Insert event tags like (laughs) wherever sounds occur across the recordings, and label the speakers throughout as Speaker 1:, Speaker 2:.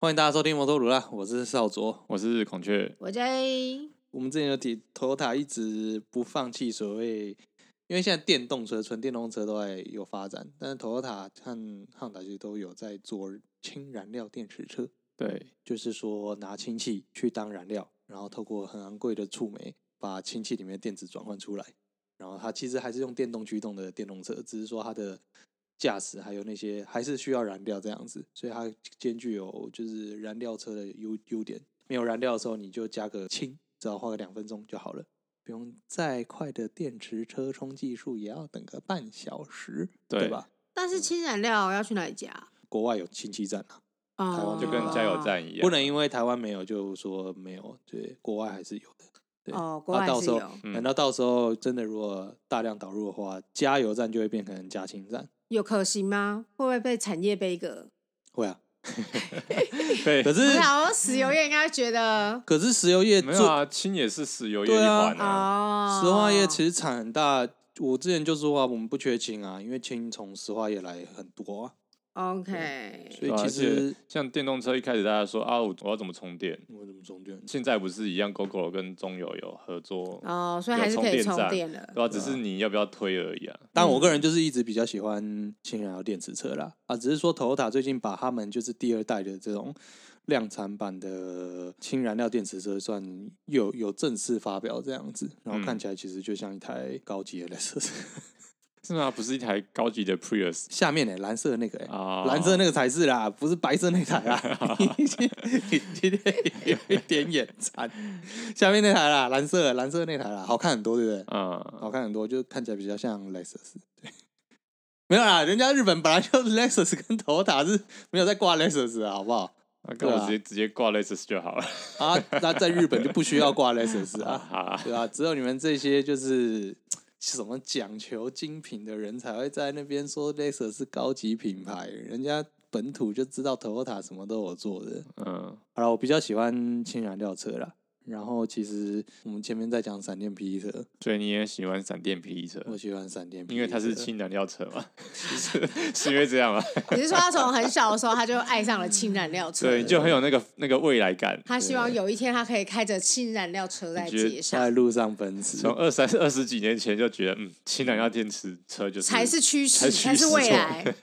Speaker 1: 欢迎大家收听摩托鲁啦，我是少卓。
Speaker 2: 我是孔雀，
Speaker 3: 我在
Speaker 1: 我们之前有提，Toyota 一直不放弃所谓，因为现在电动车、纯电动车都在有发展，但是 Toyota 和 Honda 其实都有在做氢燃料电池车，
Speaker 2: 对，
Speaker 1: 就是说拿氢气去当燃料，然后透过很昂贵的触媒把氢气里面的电子转换出来，然后它其实还是用电动驱动的电动车，只是说它的驾驶还有那些还是需要燃料这样子，所以它兼具有就是燃料车的优优点。没有燃料的时候，你就加个氢，只要花个两分钟就好了，不用再快的电池车充技术也要等个半小时，对
Speaker 2: 对
Speaker 1: 吧？
Speaker 3: 但是氢燃料要去哪里加？
Speaker 1: 国外有氢气站啊。
Speaker 3: 啊
Speaker 1: 台湾
Speaker 2: 哦就跟加油站一样，
Speaker 1: 不能因为台湾没有就说没有，对，国外还是有的。对
Speaker 3: 哦，国
Speaker 1: 啊
Speaker 3: 外
Speaker 1: 到
Speaker 3: 是
Speaker 1: 时候
Speaker 3: 有
Speaker 2: 嗯
Speaker 1: 难道到时候真的如果大量导入的话，加油站就会变成加氢站？
Speaker 3: 有可行吗？会不会被产业悲歌？
Speaker 1: 会啊，
Speaker 2: 对
Speaker 1: 可，
Speaker 3: 我
Speaker 1: 是
Speaker 3: 想说石油业应该觉得
Speaker 1: 可是石油业
Speaker 2: 没
Speaker 1: 最、
Speaker 2: 有啊，氢也是石油业
Speaker 1: (laughs)
Speaker 2: 一
Speaker 1: 对啊
Speaker 2: 环啊，
Speaker 3: 哦，
Speaker 1: 石化业其实产很大。我之前就说啊，我们不缺氢啊，因为氢从石化业来很多啊，
Speaker 3: OK，
Speaker 1: 所以
Speaker 2: 对啊
Speaker 1: 其
Speaker 2: 而且
Speaker 1: 实
Speaker 2: 像电动车一开始大家说啊，我我要怎么充电？
Speaker 1: 我们怎么充电？
Speaker 2: 现在不是一样，GoGo 跟中油有合作，
Speaker 3: 哦，所以还是可以充电的
Speaker 2: 对。吧、只
Speaker 1: 啊
Speaker 2: 是你要不要推而已啊。
Speaker 1: 但我个人就是一直比较喜欢氢燃料电池车啦，啊，只是说 Toyota 最近把他们就是第二代的这种量产版的氢燃料电池车算有有正式发表这样子，然后看起来其实就像一台高级的 Lexus，、
Speaker 2: 是吗？不是一台高级的
Speaker 1: (laughs)
Speaker 2: Prius
Speaker 1: 下面呢、蓝色的那个、欸，
Speaker 2: 啊，
Speaker 1: 蓝色那个才是啦，不是白色那台啦， (laughs) 你今你今天有一点眼馋，下面那台啦，蓝色的蓝色那台啦，好看很多，对不对？
Speaker 2: 啊，
Speaker 1: 好看很多，就看起来比较像 Lexus。对，没有啦，人家日本本来就 Lexus 跟 Toyota 是没有在挂 Lexus 啊的好不好？
Speaker 2: 那
Speaker 1: 对
Speaker 2: 跟
Speaker 1: 啊
Speaker 2: 我直接直接挂 Lexus 就好了。
Speaker 1: 啊，那在日本就不需要挂 Lexus 啊，
Speaker 2: 好啊，
Speaker 1: 对啊，只有你们这些就是什么讲求精品的人才会在那边说 Lexus 是高级品牌，人家本土就知道 Toyota 什么都有做的。
Speaker 2: 嗯，
Speaker 1: 好了，我比较喜欢氢燃料车啦。然后其实我们前面在讲闪电霹雳车，
Speaker 2: 所以你也喜欢闪电皮车，
Speaker 1: 我喜欢闪电霹雳车，
Speaker 2: 因为它是氢燃料车
Speaker 1: (laughs)
Speaker 2: 嘛，是是因为这样吗？
Speaker 3: 你是说他从很小的时候他就爱上了氢燃料车？
Speaker 2: 对，你就很有那个那个未来感。
Speaker 3: 他希望有一天他可以开着氢燃料车在街
Speaker 1: 在
Speaker 3: 上，
Speaker 1: 路上奔驰，
Speaker 2: 从二三二十几年前就觉得，嗯，氢燃料电池车就是
Speaker 3: 才是趋势，
Speaker 2: 才是趋势
Speaker 3: 才是未来。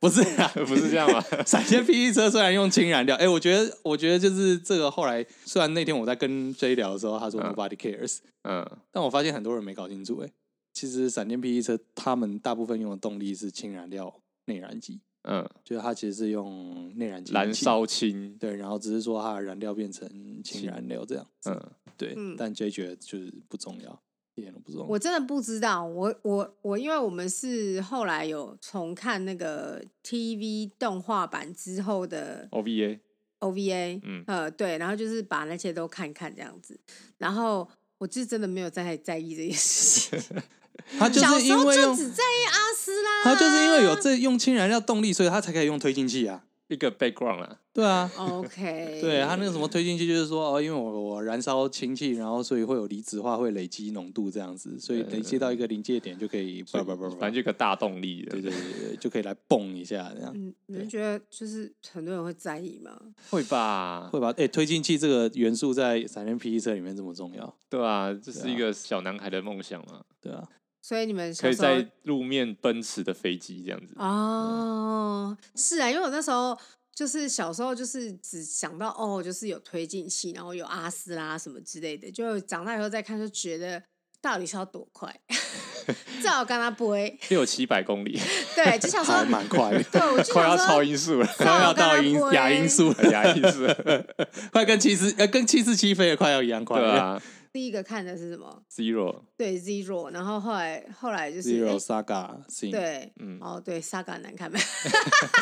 Speaker 1: 不是啊，
Speaker 2: (laughs) 不是这样吗？ (laughs)
Speaker 1: 闪现 PE 车虽然用氢燃料，哎、我觉得，我觉得就是这个后来，虽然那天我在跟 J 聊的时候，他说
Speaker 2: 嗯
Speaker 1: nobody cares，、
Speaker 2: 嗯，
Speaker 1: 但我发现很多人没搞清楚、哎，其实闪电 PE 车他们大部分用的动力是氢燃料内燃机，
Speaker 2: 嗯，
Speaker 1: 就是它其实是用内燃机
Speaker 2: 燃
Speaker 1: 气
Speaker 2: 烧氢，
Speaker 1: 对，然后只是说它的燃料变成氢燃料这样子，
Speaker 2: 嗯，
Speaker 1: 对，
Speaker 3: 嗯
Speaker 1: 但 J 觉得就是不重要，一点都不重要，
Speaker 3: 我真的不知道，我我我，因为我们是后来有重看那个 TV 动画版之后的
Speaker 2: OVA，
Speaker 3: OVA，
Speaker 2: 嗯
Speaker 3: 呃，对，然后就是把那些都看看这样子，然后我就真的没有在在意这
Speaker 1: (laughs)
Speaker 3: 件事情，
Speaker 1: 他就
Speaker 3: 小
Speaker 1: 是
Speaker 3: 时
Speaker 1: 因
Speaker 3: 候
Speaker 1: 为
Speaker 3: 就啊
Speaker 1: 用
Speaker 3: 只在意阿斯
Speaker 1: (laughs)
Speaker 3: 啦，
Speaker 1: 他就是因为有这用氢燃料动力，所以他才可以用推进器啊，
Speaker 2: 一个 background 啦，
Speaker 1: 对啊，
Speaker 3: OK，
Speaker 1: 对啊他那个什么推进器，就是说哦，因为我我燃烧氢气，然后所以会有离子化，会累积浓度这样子，所以累积到一个临界点就可以叭叭叭叭，
Speaker 2: 反正就一个大动力
Speaker 1: 对
Speaker 2: 的，
Speaker 1: 对对对，就可以来蹦一下这样，
Speaker 3: 嗯，你们觉得就是很多人会在意吗？
Speaker 2: 会吧？
Speaker 1: 会吧？哎、推进器这个元素在闪电 P E 车里面这么重要，
Speaker 2: 对啊，
Speaker 1: 对
Speaker 2: 这是
Speaker 1: 啊
Speaker 2: 一个小男孩的梦想嘛，
Speaker 1: 对啊，
Speaker 3: 所以你们
Speaker 2: 可
Speaker 3: 小
Speaker 2: 以
Speaker 3: 时候
Speaker 2: 在路面奔驰的飞机这样子，
Speaker 3: 哦，是啊，因为我那时候就是小时候就是只想到哦，就是有推进器，然后有阿斯拉什么之类的，就长大以后再看就觉得到底是要多快， (laughs) 最好跟他不会，
Speaker 2: 六七百公里，
Speaker 3: 对，就想
Speaker 1: 还
Speaker 3: 说，，
Speaker 1: 蛮快 (laughs) 的
Speaker 3: 对，我 (laughs) 就
Speaker 2: 快要
Speaker 3: 想
Speaker 2: 超
Speaker 3: 说。
Speaker 2: 音速了， (laughs)
Speaker 3: 快要到音
Speaker 1: 亚音速了，
Speaker 2: 压抑
Speaker 1: (laughs)
Speaker 2: 是，
Speaker 1: 快跟七四呃跟七四七飞的快要一样快，
Speaker 2: 对啊
Speaker 3: 第一个看的是什么？
Speaker 2: ，Zero，
Speaker 3: 对，Zero，然后后来后来就是
Speaker 1: ，Zero
Speaker 3: 诶
Speaker 1: Saga Sin，
Speaker 3: 对，
Speaker 2: 嗯
Speaker 3: 哦，对，沙嘎难看吗？ (laughs)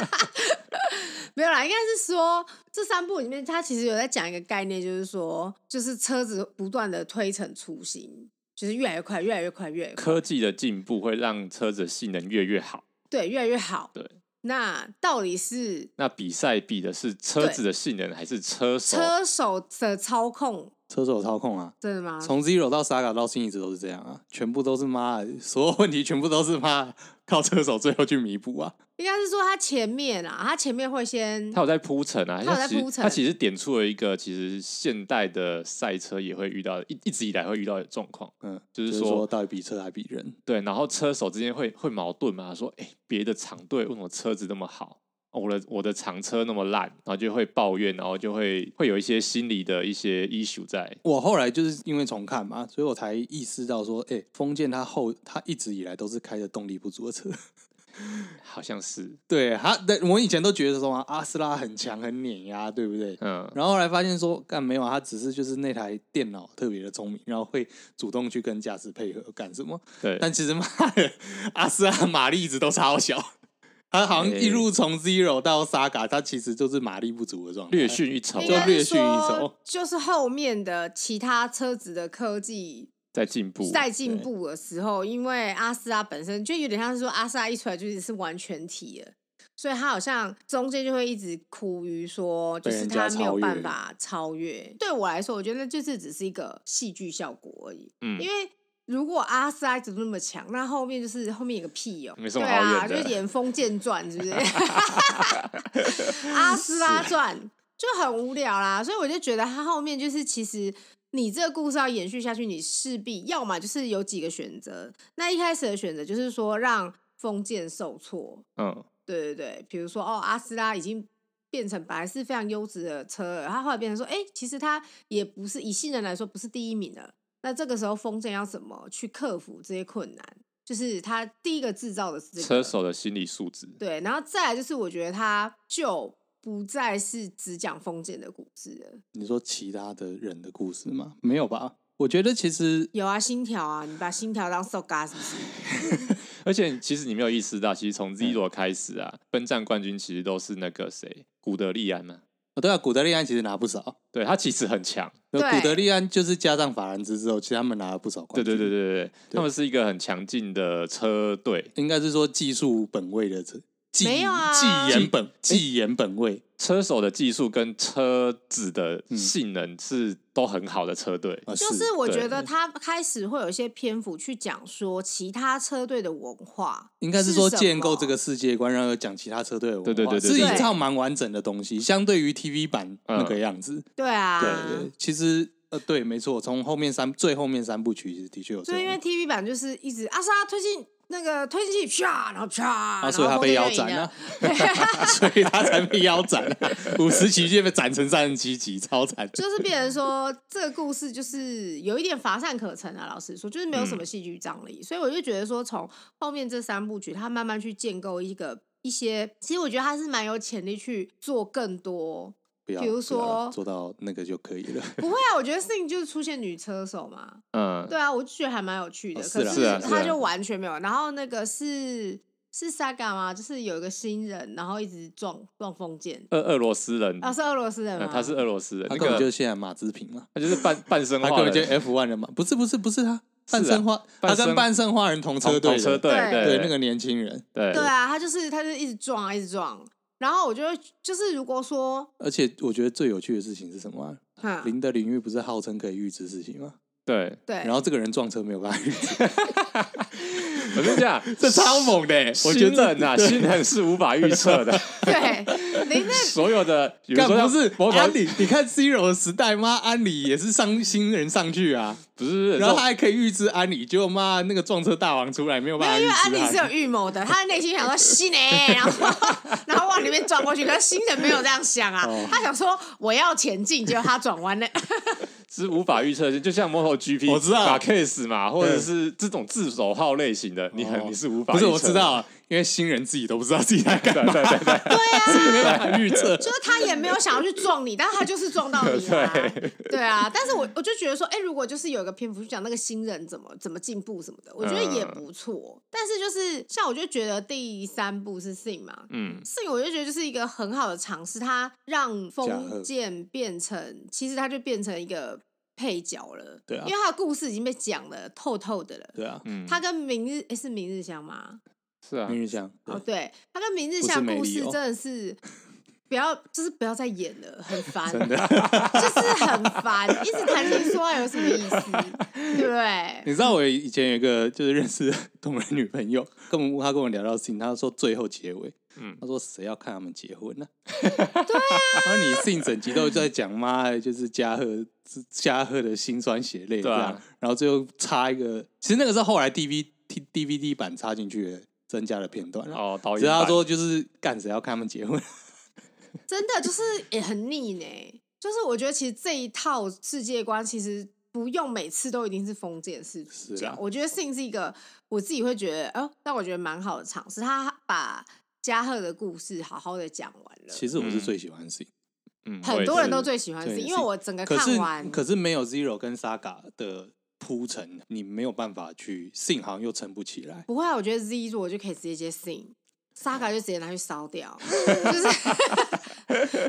Speaker 3: 没有啦，应该是说这三部里面，它其实有在讲一个概念，就是说，就是车子不断的推陈出新，就是越来越快，越来越快，越来越快，
Speaker 2: 科技的进步会让车子性能越来越好。
Speaker 3: 对，越来越好。
Speaker 2: 对，
Speaker 3: 那到底是
Speaker 2: 那比赛比的是车子的性能还是车手？
Speaker 3: 车手的操控
Speaker 1: 车手操控啊。
Speaker 3: 真的吗？
Speaker 1: 从 Zero 到 Saga 到 Sin 一直都是这样啊，全部都是妈的，所有问题全部都是妈的靠车手最后去弥补啊。
Speaker 3: 应该是说它前面啊，它前面会先
Speaker 2: 它有在铺陈啊，
Speaker 3: 它有在
Speaker 2: 其实
Speaker 3: 铺陈
Speaker 2: 它其实点出了一个其实现代的赛车也会遇到，一一直以来会遇到的状况，
Speaker 1: 嗯，
Speaker 2: 就是
Speaker 1: 就是
Speaker 2: 说
Speaker 1: 说到底比车还比人，
Speaker 2: 对，然后车手之间会会矛盾嘛，说哎，诶别的厂队为什么车子那么好，哦我的我的厂车那么烂，然后就会抱怨，然后就会会有一些心理的一些 issue 在，
Speaker 1: 我后来就是因为重看嘛，所以我才意识到说，哎、封建他后他一直以来都是开着动力不足的车。 (laughs)
Speaker 2: 好像是，
Speaker 1: 对，他对我以前都觉得说啊阿斯拉很强很碾压，对不对？
Speaker 2: 嗯，
Speaker 1: 然后后来发现说，干没有啊，他只是就是那台电脑特别的聪明，然后会主动去跟驾驶配合干什么。
Speaker 2: 对，
Speaker 1: 但其实妈的，阿斯拉马力一直都超小，他好像一路从 zero 到 Saga，他其实就是马力不足的状态。
Speaker 2: 略逊一筹
Speaker 3: 应
Speaker 1: 就
Speaker 3: 该
Speaker 2: 啊，
Speaker 3: 是
Speaker 1: 略逊一
Speaker 3: 说
Speaker 1: 筹
Speaker 3: 就是后面的其他车子的科技
Speaker 2: 在进步，
Speaker 3: 在进步的时候，因为阿斯拉本身就有点像是说阿斯拉一出来就是是完全体了。所以他好像中间就会一直苦于说，就
Speaker 1: 被
Speaker 3: 是
Speaker 1: 人
Speaker 3: 他
Speaker 1: 家
Speaker 3: 没有
Speaker 1: 超越
Speaker 3: 办法超越。对我来说，我觉得就是只是一个戏剧效果而已。
Speaker 2: 嗯
Speaker 3: 因，为如果阿斯拉一直那么强，那后面就是后面有个屁用、
Speaker 2: 没什
Speaker 3: 对
Speaker 2: 么好
Speaker 3: 啊，
Speaker 2: 演的
Speaker 3: 就是演《封建传》是不是？ (laughs) 阿斯拉传就很无聊啦，所以我就觉得他后面就是其实。你这个故事要延续下去，你势必要么就是有几个选择。那一开始的选择就是说让封建受挫，
Speaker 2: 嗯，
Speaker 3: 对对对，比如说哦，阿斯拉已经变成本来是非常优质的车了，他后来变成说，哎，其实他也不是以性能来说不是第一名了。那这个时候，风筝要怎么去克服这些困难？就是他第一个制造的是、这个、
Speaker 2: 车手的心理素质，
Speaker 3: 对，然后再来就是我觉得他就不再是只讲风筝的故事了，
Speaker 1: 你说其他的人的故事吗？没有吧？我觉得其实
Speaker 3: 有啊，心跳啊，你把心跳当 so ga 是不是？
Speaker 2: 而且其实你没有意识到，其实
Speaker 1: 嗯
Speaker 2: 从 Zero 开始啊，分站冠军其实都是那个谁，古德利安嘛。
Speaker 1: 哦，对啊，古德利安其实拿不少。
Speaker 2: 对他其实很强，
Speaker 1: 那
Speaker 3: 对
Speaker 1: 古德利安就是加上法兰兹之后，其实他们拿了不少
Speaker 2: 对
Speaker 1: 冠
Speaker 2: 对
Speaker 1: 军。
Speaker 2: 对对对，他们是一个很强劲的车队，
Speaker 1: 应该是说技术本位的车，技
Speaker 3: 没有啊
Speaker 1: 技研本技研本位。
Speaker 2: 车手的技术跟车子的
Speaker 1: 嗯
Speaker 2: 性能是都很好的车队。
Speaker 1: 啊，
Speaker 3: 就是我觉
Speaker 2: 对
Speaker 3: 得他开始会有一些篇幅去讲说其他车队的文化，
Speaker 1: 应该是说
Speaker 3: 什
Speaker 1: 建构
Speaker 3: 么
Speaker 1: 这个世界观，然后讲其他车队的文化，
Speaker 2: 对对对对嗯
Speaker 1: 是
Speaker 3: 对
Speaker 1: 一套蛮完整的东西，相对于 TV 版那个样子。
Speaker 3: 对啊，
Speaker 1: 对对，其实呃对，没错，从后面三最后面三部曲其实的确有这
Speaker 3: 所以因为
Speaker 1: 种，
Speaker 3: TV 版就是一直阿莎推进那个推进器，啪，然后啪，
Speaker 1: 啊，
Speaker 3: 然
Speaker 1: 所以
Speaker 3: 后
Speaker 1: 他
Speaker 3: 后
Speaker 1: 被
Speaker 3: 面就
Speaker 1: 腰
Speaker 3: 赢
Speaker 1: 斩
Speaker 3: 了
Speaker 1: 了， (laughs) 所以他才被腰斩了，五十集就被斩成三十七集，超惨的。
Speaker 3: 就是变成说，这个故事就是有一点乏善可陈啊。老实说，就是没有
Speaker 1: 嗯
Speaker 3: 什么戏剧张力，所以我就觉得说，从后面这三部曲，他慢慢去建构一个一些，其实我觉得他是蛮有潜力去做更多。
Speaker 1: 不要
Speaker 3: 比如
Speaker 1: 不要
Speaker 3: 说
Speaker 1: 做到那个就可以了。
Speaker 3: 不会啊，我觉得事情就是出现女车手嘛，
Speaker 2: 嗯，
Speaker 3: 对啊，我就觉得还蛮有趣的。
Speaker 1: 哦
Speaker 3: 可
Speaker 1: 是啦
Speaker 2: 是啊是
Speaker 3: 他
Speaker 2: 啊
Speaker 3: 就完全没有。然后那个是是 Saga 吗？就是有一个新人，然后一直撞撞封建。
Speaker 2: 俄俄罗斯人，
Speaker 3: 啊，是俄罗斯人
Speaker 2: 嗯
Speaker 3: 吗？
Speaker 2: 他是俄罗斯人，
Speaker 1: 他
Speaker 2: 那
Speaker 1: 根本就是
Speaker 2: 个
Speaker 1: 现在马志平嘛，
Speaker 2: 他就是半半生
Speaker 1: 他
Speaker 2: 化
Speaker 1: 根本就
Speaker 2: 人
Speaker 1: F 1人嘛，不是不是不是他
Speaker 2: 是啊
Speaker 1: 半生花，他
Speaker 2: 半生
Speaker 1: 跟半生花人同
Speaker 2: 同
Speaker 1: 车队
Speaker 2: 同
Speaker 1: 的，
Speaker 2: 车队，
Speaker 3: 对
Speaker 1: 对
Speaker 2: 对
Speaker 1: 那个年轻人，
Speaker 2: 对
Speaker 3: 对啊，他就是他就一直撞啊，一直撞。然后我就会就是如果说，
Speaker 1: 而且我觉得最有趣的事情是什么啊、
Speaker 3: 哈，
Speaker 1: 林的领域不是号称可以预知事情吗？
Speaker 2: 对，
Speaker 3: 对，
Speaker 1: 然后这个人撞车没有办法预知，
Speaker 2: 我跟你讲，
Speaker 1: (laughs) 这超猛的、我觉
Speaker 2: 新
Speaker 1: 得
Speaker 2: 人啊，新人是无法预测的， (laughs)
Speaker 3: 对，林那
Speaker 2: 所有的，比如
Speaker 1: 干
Speaker 2: 说像
Speaker 1: 不是
Speaker 2: 某
Speaker 1: 安
Speaker 2: 种
Speaker 1: 里，你看 Zero 的时代，妈安里也是上新人上去啊，
Speaker 2: 不是，不是
Speaker 1: 然后
Speaker 2: 这种
Speaker 1: 他还可以预知安里，结果妈那个撞车大王出来没有
Speaker 3: 没
Speaker 1: 办
Speaker 3: 有，因为
Speaker 1: 法
Speaker 3: 安
Speaker 1: 预
Speaker 3: 迪是
Speaker 1: 知
Speaker 3: 有
Speaker 1: 他。
Speaker 3: 预谋的，他的内心想说是呢，然后然后往里面撞过去，可是新人没有这样想啊，他想说我要前进，结果他转弯了，
Speaker 2: 是无法预测性，就像 MotoGP，
Speaker 1: (laughs) 我知道
Speaker 2: 打 case 嘛，或者
Speaker 1: 嗯
Speaker 2: 是这种自首号类型的，你很
Speaker 1: 哦
Speaker 2: 你是无法
Speaker 1: 不是我
Speaker 2: 预测的
Speaker 1: 知道，啊，因为新人自己都不知道自己在干
Speaker 2: 对
Speaker 1: 嘛，
Speaker 2: 对对对，啊
Speaker 1: 所 (laughs) 以没办法预测。
Speaker 3: 就是他也没有想要去撞你，但是他就是撞到你啦、对啊，但是我我就觉得说，哎、如果就是有一个篇幅去讲那个新人怎么怎么进步什么的，我觉得也
Speaker 2: 嗯
Speaker 3: 不错。但是就是像我就觉得第三部是 Sing 嘛，
Speaker 2: 嗯，
Speaker 3: 事情我就觉得就是一个很好的尝试，它让
Speaker 1: 加贺
Speaker 3: 封建变成，其实它就变成一个配角了。
Speaker 1: 对啊
Speaker 3: 因为它的故事已经被讲的透透的了。
Speaker 1: 对啊，
Speaker 2: 嗯，
Speaker 3: 它跟明日诶是明日香吗？
Speaker 2: 是啊
Speaker 1: 明，日香，对
Speaker 3: 哦，对，它跟明日
Speaker 1: 不是
Speaker 3: 香
Speaker 1: 美
Speaker 3: 故
Speaker 1: 丽
Speaker 3: 事
Speaker 1: 哦
Speaker 3: 真
Speaker 1: (laughs)
Speaker 3: 的是。不要，就是不要再演了，很烦，
Speaker 1: 真的。 (laughs)
Speaker 3: 就是很烦，一直谈情说爱有什么意思？对不
Speaker 1: (laughs)
Speaker 3: 对？
Speaker 1: 你知道我以前有一个就是认识的同人女朋友，跟我她跟我聊到事情，她说最后结尾
Speaker 2: 嗯
Speaker 1: 他说谁要看他们结婚呢、 (laughs) 对啊，然后你信整集都在讲妈，就是嘉禾嘉禾的辛酸血泪这
Speaker 2: 对啊
Speaker 1: 样，然后最后插一个，其实那个是后来 DVD DVD 版插进去的增加的片段啊。
Speaker 2: 哦，导
Speaker 1: 只
Speaker 2: 演
Speaker 1: 是他
Speaker 2: 版
Speaker 1: 说就是干谁要看他们结婚， (laughs)
Speaker 3: 真的就是也很腻呢。就是我觉得其实这一套世界观其实不用每次都一定是封建式主
Speaker 1: 是
Speaker 3: 角
Speaker 1: 啊，
Speaker 3: 我觉得 Sing 是一个我自己会觉得哦，但我觉得蛮好的尝试，他把嘉禾的故事好好的讲完了。
Speaker 1: 其实我是最喜欢 C，、
Speaker 2: 嗯，我
Speaker 3: 很
Speaker 2: 也
Speaker 3: 多人
Speaker 2: 是
Speaker 3: 都最喜欢
Speaker 1: 对
Speaker 3: Sing，因
Speaker 1: 是
Speaker 3: 为我整个
Speaker 1: 可
Speaker 3: 看
Speaker 1: 是
Speaker 3: 完，
Speaker 1: 可是没有 Zero 跟 Saga 的铺陈，你没有办法去信好像又撑不起来。
Speaker 3: 不会啊，我觉得 Z 我就可以直接接 Sing。Saga 就直接拿去烧掉， (laughs) 就是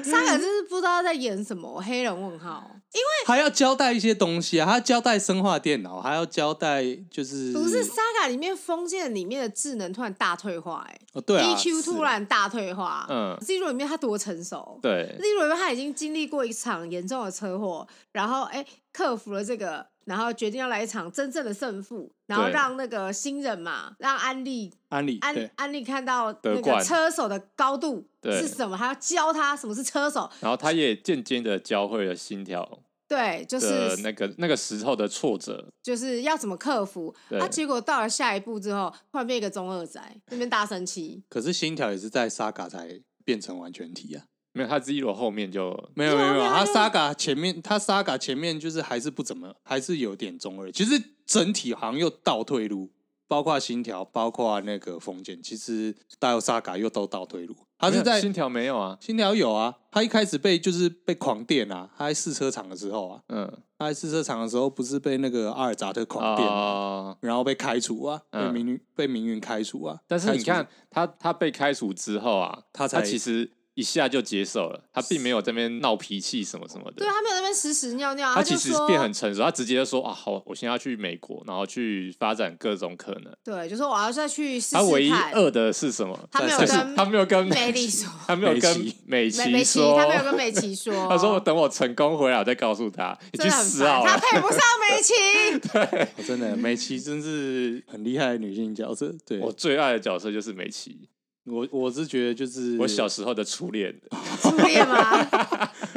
Speaker 3: Saga 真是不知道在演什么，黑人问号。
Speaker 2: (laughs)
Speaker 1: 还要交代一些东西啊，他要交代生化电脑，还要交代就是
Speaker 3: 不是 Saga 里面封建里面的智能突然大退化、欸，
Speaker 1: 哦，对啊
Speaker 3: EQ
Speaker 1: 是
Speaker 3: 突然大退化。
Speaker 2: 嗯
Speaker 3: Zero 里面他多成熟
Speaker 2: 对
Speaker 3: ，Zero 里面他已经经历过一场严重的车祸，然后哎、克服了这个，然后决定要来一场真正的胜负，然后
Speaker 2: 对
Speaker 3: 让那个新人嘛，让安利
Speaker 1: 安理
Speaker 3: 安
Speaker 1: 对，
Speaker 3: 安利看到
Speaker 2: 德
Speaker 3: 那个
Speaker 2: 冠
Speaker 3: 车手的高度
Speaker 2: 对
Speaker 3: 是什么，还要教他什么是车手，
Speaker 2: 然后他也渐渐的教会了心跳
Speaker 3: 对，就
Speaker 2: 的
Speaker 3: 是
Speaker 2: 那个那个时候的挫折，
Speaker 3: 就是要怎么克服。
Speaker 2: 对
Speaker 3: 啊，结果到了下一步之后，突然变一个中二仔，那边大生气。
Speaker 1: 可是心跳也是在 Saga 才变成完全体啊，
Speaker 2: 没有他 Zero 后面就
Speaker 1: 没有没有没
Speaker 3: 对
Speaker 1: 有，
Speaker 3: 啊
Speaker 1: 他 Saga 前面他 Saga 前面就是还是不怎么，还是有点中二，其实整体好像又倒退路。包括心跳，包括那个封建，其实大有 Saga 又都倒退路。他
Speaker 2: 没
Speaker 1: 是
Speaker 2: 有
Speaker 1: 在
Speaker 2: 心跳没有啊，
Speaker 1: 心跳有啊，他一开始被就是被狂电啊，他在试车场的时候啊，
Speaker 2: 嗯
Speaker 1: 他在试车场的时候不是被那个阿尔扎特狂电吗？
Speaker 2: 啊，
Speaker 1: 然后被开除啊，被
Speaker 2: 嗯
Speaker 1: 命运被命运开除啊。
Speaker 2: 但是
Speaker 1: 开
Speaker 2: 你
Speaker 1: 除
Speaker 2: 看他他被开除之后啊，
Speaker 1: 他
Speaker 2: 他
Speaker 1: 才
Speaker 2: 其实一下就接受了，他并没有在那边闹脾气什么什么的
Speaker 3: 对，他没有在那边屎屎尿尿，
Speaker 2: 他
Speaker 3: 就
Speaker 2: 其实
Speaker 3: 说
Speaker 2: 变很成熟，他直接就说啊，好，我现在要去美国，然后去发展各种可能。
Speaker 3: 对，就说我要再去试
Speaker 2: 他唯
Speaker 3: 试
Speaker 2: 一
Speaker 3: 看。
Speaker 2: 恶的是什么？
Speaker 3: 他没有
Speaker 1: 在
Speaker 2: 就是
Speaker 3: 跟
Speaker 2: 他没有跟
Speaker 3: 美丽说，
Speaker 2: (laughs) 他没有
Speaker 1: 美
Speaker 2: 跟
Speaker 1: 琪
Speaker 2: 美
Speaker 3: 美
Speaker 2: 琪
Speaker 3: 美琪，
Speaker 2: 说，
Speaker 3: 他没有跟美琪说，
Speaker 2: (laughs) 他说等我成功回来，我再告诉他，你
Speaker 3: 真
Speaker 2: 去
Speaker 3: 的很
Speaker 2: 死啊好
Speaker 3: 烦，他配
Speaker 2: 了。
Speaker 3: 不上美
Speaker 2: (laughs)
Speaker 3: 琪。
Speaker 1: 哦真的美琪真是很厉害的女性角色。对
Speaker 2: 我
Speaker 1: 我
Speaker 2: 最爱的角色就是美琪，
Speaker 1: 我我是觉得就是
Speaker 2: 我小时候的初恋。
Speaker 1: (laughs)
Speaker 3: 初恋吗？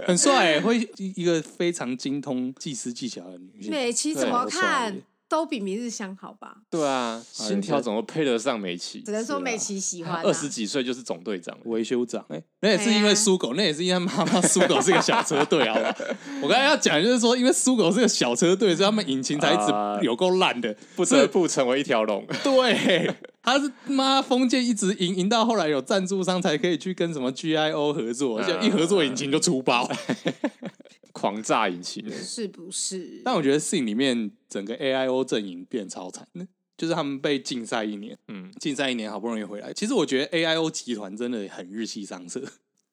Speaker 1: 很帅、欸，会一一个非常精通计时技巧的女性。
Speaker 3: 美琪怎
Speaker 2: 对
Speaker 3: 么
Speaker 1: 好帅
Speaker 3: 看都比明日香好吧？
Speaker 2: 对啊，
Speaker 1: 啊
Speaker 2: 心跳怎么配得上美琪
Speaker 3: 只？能说
Speaker 1: 是啊
Speaker 3: 美琪喜欢啊
Speaker 2: 二十几岁就是总队长了，
Speaker 1: 维修长，哎、那也是因为苏狗，那也是因为他妈妈苏狗是个小车队，好吧？我刚才要讲的就是说，因为苏狗是个小车队，所以他们引擎才一
Speaker 2: 啊
Speaker 1: 直有够烂的。
Speaker 2: 不得不成为一条龙。
Speaker 1: 对，他是妈封建一直赢赢到后来有赞助商才可以去跟什么 GIO 合作，
Speaker 2: 嗯
Speaker 1: 就一合作引擎就出包。
Speaker 2: 狂炸引
Speaker 1: (laughs)
Speaker 2: 擎，
Speaker 3: 是不是？
Speaker 1: 但我觉得 s i n 里面整个 AIO 阵营变超惨，就是他们被禁赛一年，
Speaker 2: 嗯
Speaker 1: 禁赛一年好不容易回来。其实我觉得 AIO 集团真的很日系上色，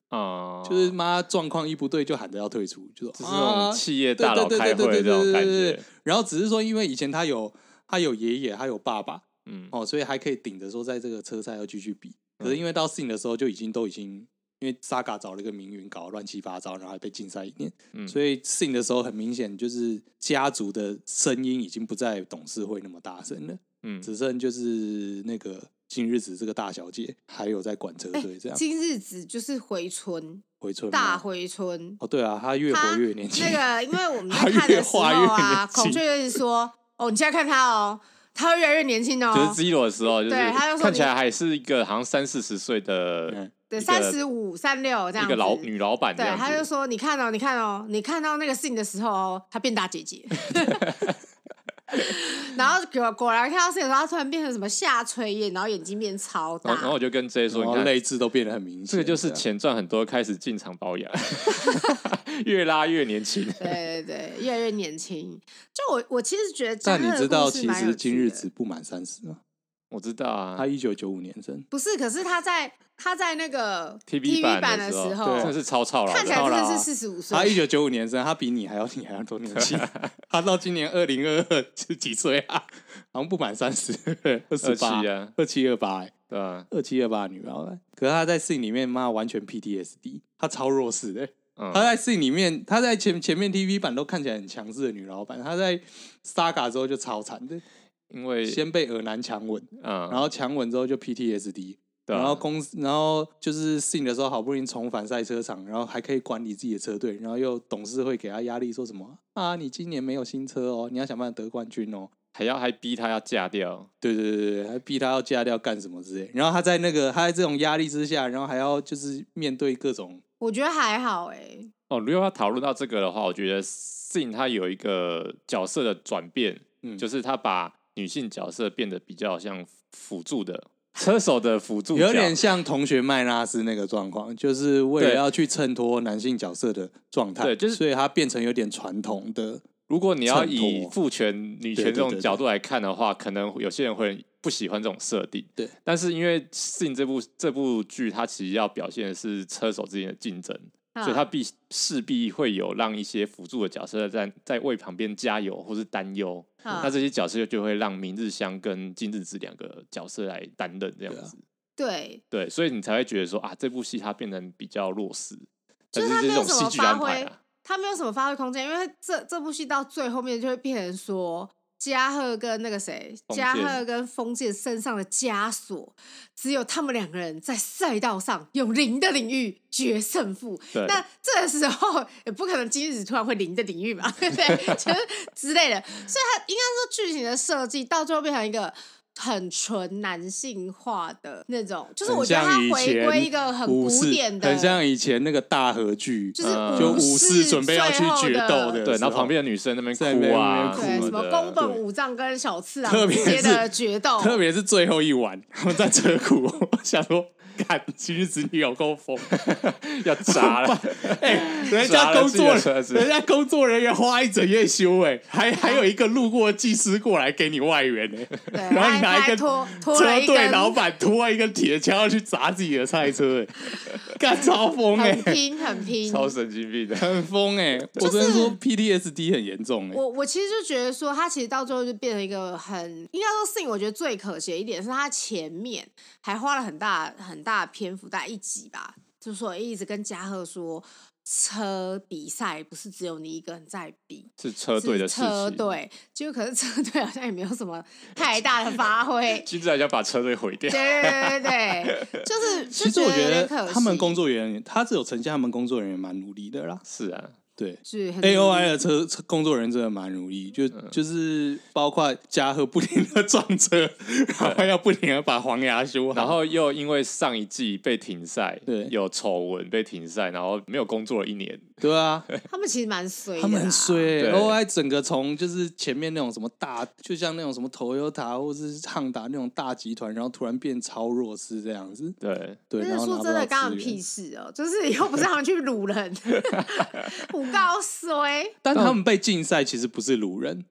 Speaker 2: 啊，
Speaker 1: 就是妈状况一不对就喊着要退出，就说
Speaker 2: 就是那
Speaker 1: 啊
Speaker 2: 种企业大佬
Speaker 1: 对
Speaker 2: 开
Speaker 1: 对对
Speaker 2: 会
Speaker 1: 对对
Speaker 2: 这种感
Speaker 1: 对对对
Speaker 2: 觉
Speaker 1: 对。然后只是说因为以前他有他有爷爷，他有爸爸，
Speaker 2: 嗯，
Speaker 1: 哦，所以还可以顶着说在这个车赛要继续比。可是
Speaker 2: 嗯
Speaker 1: 因为到 Sin 的时候就已经都已经，因为 Saga 找了一个名媛搞得乱七八糟，然后还被禁赛一年，
Speaker 2: 嗯
Speaker 1: 所以 Sin 的时候很明显就是家族的声音已经不在董事会那么大声了，
Speaker 2: 嗯，
Speaker 1: 只剩就是那个今日子这个大小姐还有在管车
Speaker 3: 哎
Speaker 1: 队这样、
Speaker 3: 今日子就是回春，
Speaker 1: 回春吗
Speaker 3: 大
Speaker 1: (laughs)
Speaker 3: 回春。
Speaker 1: 哦，对啊，她越
Speaker 3: 他
Speaker 1: 活越年轻，
Speaker 3: 那个，因为我们
Speaker 1: (laughs)
Speaker 3: 在看
Speaker 1: 越
Speaker 3: 的时候
Speaker 1: 画越
Speaker 3: 啊，
Speaker 1: 年轻
Speaker 3: 孔雀就是说，哦，你现在看他哦，他会越来越年
Speaker 1: (laughs)
Speaker 3: 轻
Speaker 2: 就
Speaker 3: 哦
Speaker 2: 是，Zero 的时候，就是
Speaker 3: 对他就说
Speaker 2: 看起
Speaker 3: 你
Speaker 2: 来还是一个好像三四十岁的
Speaker 1: 嗯
Speaker 3: 对，
Speaker 2: 一个
Speaker 3: 三十五、三六这样子。
Speaker 2: 一个老女老板这
Speaker 3: 对，
Speaker 2: 样
Speaker 3: 他就
Speaker 2: 子。
Speaker 3: 说：“你看哦，你看哦，你看到那个事情的时候哦，她变大
Speaker 1: (laughs)
Speaker 3: 姐姐。 (laughs) 然后果果然看到事情的时候，她突然变成什么下垂眼，然后眼睛变超大。
Speaker 2: 然后，然后我就跟 J 说：“
Speaker 1: 然
Speaker 2: 你
Speaker 1: 后
Speaker 2: 看，
Speaker 1: 泪痣都变得很明显，
Speaker 2: 这个就是
Speaker 1: 样
Speaker 2: 钱赚很多，开始进场
Speaker 3: (laughs)
Speaker 2: 保养，越拉越年轻。
Speaker 3: 对对对，越来越年轻。就我我其实觉得嘉
Speaker 1: 但
Speaker 3: 乐
Speaker 1: 你
Speaker 3: 的故事
Speaker 1: 知
Speaker 3: 蛮有趣的，
Speaker 1: 道，其实今日子不满三十吗？”
Speaker 2: (laughs) 我知道啊
Speaker 1: 她一九九五年生，
Speaker 3: 不是，可是他在他在那个
Speaker 2: ，TV
Speaker 3: 版的
Speaker 2: 的
Speaker 3: 时
Speaker 2: 候真的
Speaker 3: 候，
Speaker 2: 是超操劳
Speaker 3: 看起来
Speaker 2: 的。
Speaker 1: 超
Speaker 3: 真的
Speaker 1: 老啊
Speaker 3: 是四十五岁
Speaker 1: 她。一九九五年生，她比你还要你还要多年轻。她到今年二零二二是几岁啊？好像不满三十，二十
Speaker 2: 27
Speaker 1: 八
Speaker 2: 啊，
Speaker 1: 二七二八，哎
Speaker 2: 对啊，
Speaker 1: 二七二八女老板。可是她在 s i 里面，妈完全 PTSD，她超弱势的、
Speaker 2: 嗯
Speaker 1: 她在 s i 里面，她在前前面 TV 版都看起来很强势的女老板，她在 Saga 之后就超惨的，
Speaker 2: 因为
Speaker 1: 先被俄男强吻，
Speaker 2: 嗯，
Speaker 1: 然后强吻之后就 PTSD，
Speaker 2: 对啊
Speaker 1: 然后公司，然后就是适应的时候，好不容易重返赛车场，然后还可以管理自己的车队，然后又董事会给他压力，说什么啊，你今年没有新车哦，你要想办法得冠军哦。
Speaker 2: 还要还逼他要嫁掉，
Speaker 1: 对对对对，还逼他要嫁掉干什么之类。然后他在那个他在这种压力之下，然后还要就是面对各种
Speaker 3: 我觉得还好哎、
Speaker 2: 哦，如果要讨论到这个的话，我觉得 Sin 他有一个角色的转变，
Speaker 1: 嗯
Speaker 2: 就是他把女性角色变得比较像辅助的车手的辅助角，
Speaker 1: 有点像同学麦拉斯那个状况，就是为了
Speaker 2: 对
Speaker 1: 要去衬托男性角色的状态，
Speaker 2: 对就是
Speaker 1: 所以他变成有点传统的，
Speaker 2: 如果你要
Speaker 1: 衬
Speaker 2: 以
Speaker 1: 托
Speaker 2: 父权、女
Speaker 1: 对
Speaker 2: 权这
Speaker 1: 对
Speaker 2: 种
Speaker 1: 对
Speaker 2: 角度来看的话，可能有些人会不喜欢这种设定。
Speaker 1: 对，
Speaker 2: 但是因为《Sin》这部这部剧，它其实要表现的是车手之间的竞争，
Speaker 3: 啊
Speaker 2: 所以它必势必会有让一些辅助的角色在在为旁边加油或是担
Speaker 3: 啊
Speaker 2: 忧。那这些角色就会让明日香跟金日子两个角色来担任这样
Speaker 1: 对啊
Speaker 2: 子。
Speaker 3: 对，
Speaker 2: 对，所以你才会觉得说啊，这部戏它变成比较弱势，
Speaker 3: 就是
Speaker 2: 但
Speaker 3: 它
Speaker 2: 是
Speaker 3: 没
Speaker 2: 这
Speaker 3: 有
Speaker 2: 种
Speaker 3: 什
Speaker 2: 戏
Speaker 3: 么
Speaker 2: 剧
Speaker 3: 发
Speaker 2: 安排
Speaker 3: 挥
Speaker 2: 啊。，
Speaker 3: 他没有什么发挥空间，因为这这部戏到最后面就会变成说。加贺跟那个谁，
Speaker 2: 封
Speaker 3: 加
Speaker 2: 建
Speaker 3: 贺跟封建身上的枷锁，只有他们两个人在赛道上用零的领域决胜负。
Speaker 2: 对，
Speaker 3: 那这个时候也不可能今日突然会零的领域嘛， (laughs) 对不对？就是之类的，所以它应该说剧情的设计到最后变成一个很纯男性化的那种，就是我
Speaker 1: 很
Speaker 3: 觉得它
Speaker 1: 像以
Speaker 3: 回归
Speaker 1: 前
Speaker 3: 一个哦很
Speaker 1: 武
Speaker 3: 古
Speaker 1: 士，
Speaker 3: 典的，
Speaker 1: 很像以前那个大和剧，
Speaker 3: 就是
Speaker 2: 嗯
Speaker 1: 就
Speaker 3: 武
Speaker 1: 武士准备要去
Speaker 3: 最后
Speaker 1: 决斗的
Speaker 2: 对，
Speaker 1: 时
Speaker 2: 然后
Speaker 1: 候
Speaker 2: 旁边的女生那边
Speaker 1: 在那边
Speaker 2: 哭啊，
Speaker 1: 哭
Speaker 3: 对什么
Speaker 2: 的
Speaker 3: 宫本
Speaker 1: 对
Speaker 3: 武藏跟小次郎
Speaker 1: 特
Speaker 3: 之
Speaker 1: 别
Speaker 3: 间
Speaker 1: 是
Speaker 3: 的决斗，
Speaker 1: 特别是最后一晚， (laughs) 他们在车库，我想说，干，今日子女有够疯，
Speaker 2: 要砸了，
Speaker 1: 哎、人家工作
Speaker 2: 砸了自己的车子
Speaker 1: 人家工作人员花一整夜休、哎，还还有一个路过技师过来给你外援、哎，
Speaker 3: 对，
Speaker 1: 然后你
Speaker 3: 还
Speaker 1: 拿一
Speaker 3: 还
Speaker 1: 根
Speaker 3: 拖拖了
Speaker 1: 车
Speaker 3: 一
Speaker 1: 队
Speaker 3: 根
Speaker 1: 老板拖一个铁锹要去砸自己的赛车、哎，干超疯哎、
Speaker 3: 很拼很拼，
Speaker 2: 超神经病的。 (laughs)
Speaker 1: 很疯哎、我只能说 PTSD 很严重哎、
Speaker 3: 我我其实就觉得说，他其实到最后就变成一个很应该说事情，我觉得最可惜的一点是他前面还花了很大很大的篇幅，大概一集吧，就说一直跟嘉贺说，车比赛不是只有你一个人在比，
Speaker 2: 是车队的
Speaker 3: 是
Speaker 2: 事情。，
Speaker 3: 车，队，结果可是车队好像也没有什么太大的发挥
Speaker 2: 金志还想把车队毁掉
Speaker 3: 对。对对对对，就是
Speaker 1: (laughs) 其
Speaker 3: 就
Speaker 1: 实我
Speaker 3: 有
Speaker 1: 觉
Speaker 3: 点
Speaker 1: 得
Speaker 3: 可惜，
Speaker 1: 他们工作人员，他只有呈现他们工作人员蛮努力的啦，
Speaker 2: 是啊，
Speaker 1: 对。
Speaker 3: 是很
Speaker 1: A O I 的车车工作人员真的蛮努力，就、
Speaker 2: 嗯
Speaker 1: 就是包括嘉禾不停的撞
Speaker 2: (laughs)
Speaker 1: 车，然后要不停的把黄牙修好，
Speaker 2: 然后又因为上一季被停赛，
Speaker 1: 对
Speaker 2: 有丑闻被停赛，然后没有工作了一年，
Speaker 1: 对啊，
Speaker 3: 他们其实蛮衰的，
Speaker 1: 他们很。衰、欸
Speaker 2: 对
Speaker 1: O I 整个从就是前面那种什么大，就像那种什么 Toyota 或是 Honda 那种大集团，然后突然变超弱势这样子，
Speaker 2: 对，
Speaker 1: 对，然
Speaker 3: 但
Speaker 1: 后拿
Speaker 3: 是说
Speaker 1: 不
Speaker 3: 真的，
Speaker 1: 到
Speaker 3: 干他
Speaker 1: 资
Speaker 3: 们屁
Speaker 1: 源，
Speaker 3: 事哦！就是又不是他们去掳人，
Speaker 1: (laughs)
Speaker 3: 五告衰。
Speaker 2: 嗯
Speaker 1: 但他们被禁赛其实不是掳人，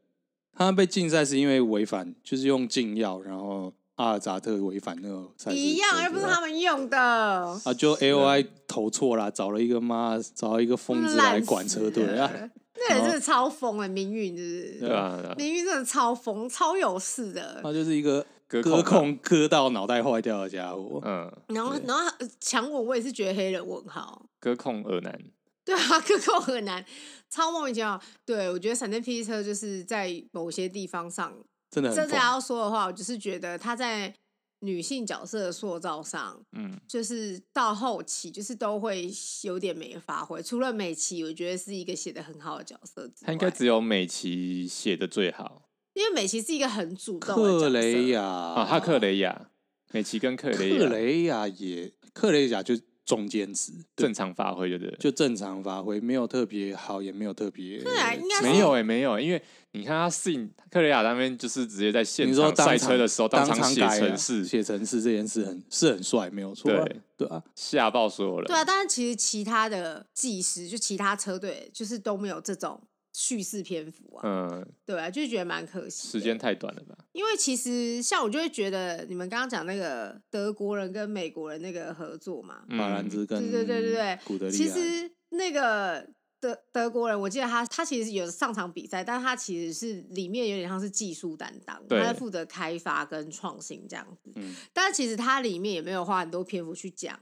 Speaker 1: 他们被禁赛是因为违反，就是用禁药，然后阿尔扎特违反那个赛制
Speaker 3: 一样，
Speaker 1: 规
Speaker 3: 又不是
Speaker 1: 则啊
Speaker 3: 他们用的。
Speaker 1: 啊，就 A O I 投错啦，找了一个妈，找了一个疯子来管车队
Speaker 3: 烂死
Speaker 1: 啊，
Speaker 3: 了那人真的超疯了，命运就是
Speaker 2: 对啊，
Speaker 3: 命运真的超疯，超有事的。
Speaker 1: 他就是一个
Speaker 2: 割
Speaker 1: 割
Speaker 2: 控
Speaker 1: 控割到脑袋坏掉的家伙。
Speaker 2: 嗯，
Speaker 3: 然后，然后强吻我也是觉得黑人问号。
Speaker 2: 隔控耳男，
Speaker 3: 对啊， (laughs) 各个很难，超莫名其妙。对我觉得闪电霹雳车就是在某些地方上
Speaker 1: 真的很
Speaker 3: 真的
Speaker 1: 疯
Speaker 3: 要说的话，我就是觉得他在女性角色的塑造上，
Speaker 2: 嗯，
Speaker 3: 就是到后期就是都会有点没发挥。除了美琪，我觉得是一个写的很好的角色之外，
Speaker 2: 他应该只有美琪写的最好
Speaker 3: 因为美琪是一个很主动的角色
Speaker 1: 克雷亚
Speaker 2: 啊，
Speaker 1: 啊
Speaker 2: 哈克雷亚，美琪跟克雷
Speaker 1: 克
Speaker 2: 亚
Speaker 1: 雷亚也克雷亚就中间值，对
Speaker 2: 正，常发挥，对不对？
Speaker 1: 就正常发挥，没有特别好，也没有特别
Speaker 3: 克雷啊亚应该是
Speaker 2: 没有哎、没有欸、因为你看他信克雷亚那边就是直接在现
Speaker 1: 你说
Speaker 2: 场
Speaker 1: 当
Speaker 2: 赛
Speaker 1: 场
Speaker 2: 车的时候
Speaker 1: 当
Speaker 2: 当场写
Speaker 1: 改啊
Speaker 2: 程式，
Speaker 1: 写程式这件事很是很帅，没有错啊，
Speaker 2: 对
Speaker 1: 对啊，
Speaker 2: 吓爆所有人。
Speaker 3: 对啊，但是其实其他的技师，就其他车队，就是都没有这种叙事篇幅啊，
Speaker 2: 嗯，
Speaker 3: 对啊，就觉得蛮可惜的。
Speaker 2: 时间太短了吧？
Speaker 3: 因为其实像我就会觉得你们刚刚讲那个德国人跟美国人那个合作嘛，
Speaker 2: 嗯
Speaker 1: 法兰兹跟
Speaker 3: 对对对对对
Speaker 1: 古德利亚
Speaker 3: 其实那个德德国人，我记得他他其实有上场比赛，但他其实是里面有点像是技术担当，
Speaker 2: 对
Speaker 3: 他在负责开发跟创新这样子。
Speaker 1: 嗯
Speaker 3: 但其实他里面也没有花很多篇幅去讲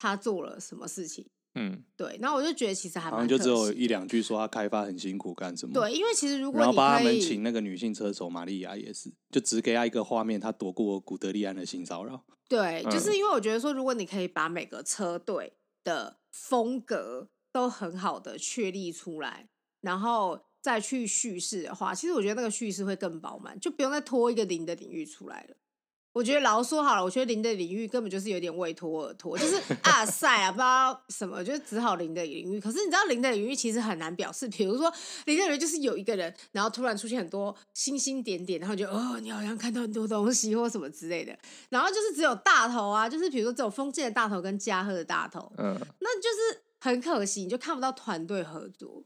Speaker 3: 他做了什么事情。
Speaker 2: 嗯，
Speaker 3: 对，然后我就觉得其实还
Speaker 1: 好
Speaker 3: 蛮
Speaker 1: 像就
Speaker 3: 可
Speaker 1: 只有
Speaker 3: 惜
Speaker 1: 一两句说他开发很辛苦干什么。
Speaker 3: 对，因为其实如果
Speaker 1: 然后
Speaker 3: 你
Speaker 1: 帮他
Speaker 3: 可
Speaker 1: 们
Speaker 3: 以
Speaker 1: 请那个女性车手玛利亚也是，就只给他一个画面，他躲过古德利安的性骚 (laughs) 扰。
Speaker 3: 对，就
Speaker 2: 嗯
Speaker 3: 是因为我觉得说，如果你可以把每个车队的风格都很好的确立出来，然后再去叙事的话，其实我觉得那个叙事会更饱满，就不用再拖一个零的领域出来了。我觉得老实说好了，我觉得零的领域根本就是有点为拖而拖，就是啊塞啊，不知道什么，就只好零的领域。可是你知道零的领域其实很难表示，比如说林正人就是有一个人，然后突然出现很多星星点点，然后你就哦，你好像看到很多东西或什么之类的。然后就是只有大头啊，就是比如说只有封建的大头跟嘉禾的大头，
Speaker 2: 嗯，
Speaker 3: 那就是很可惜，你就看不到团队合作，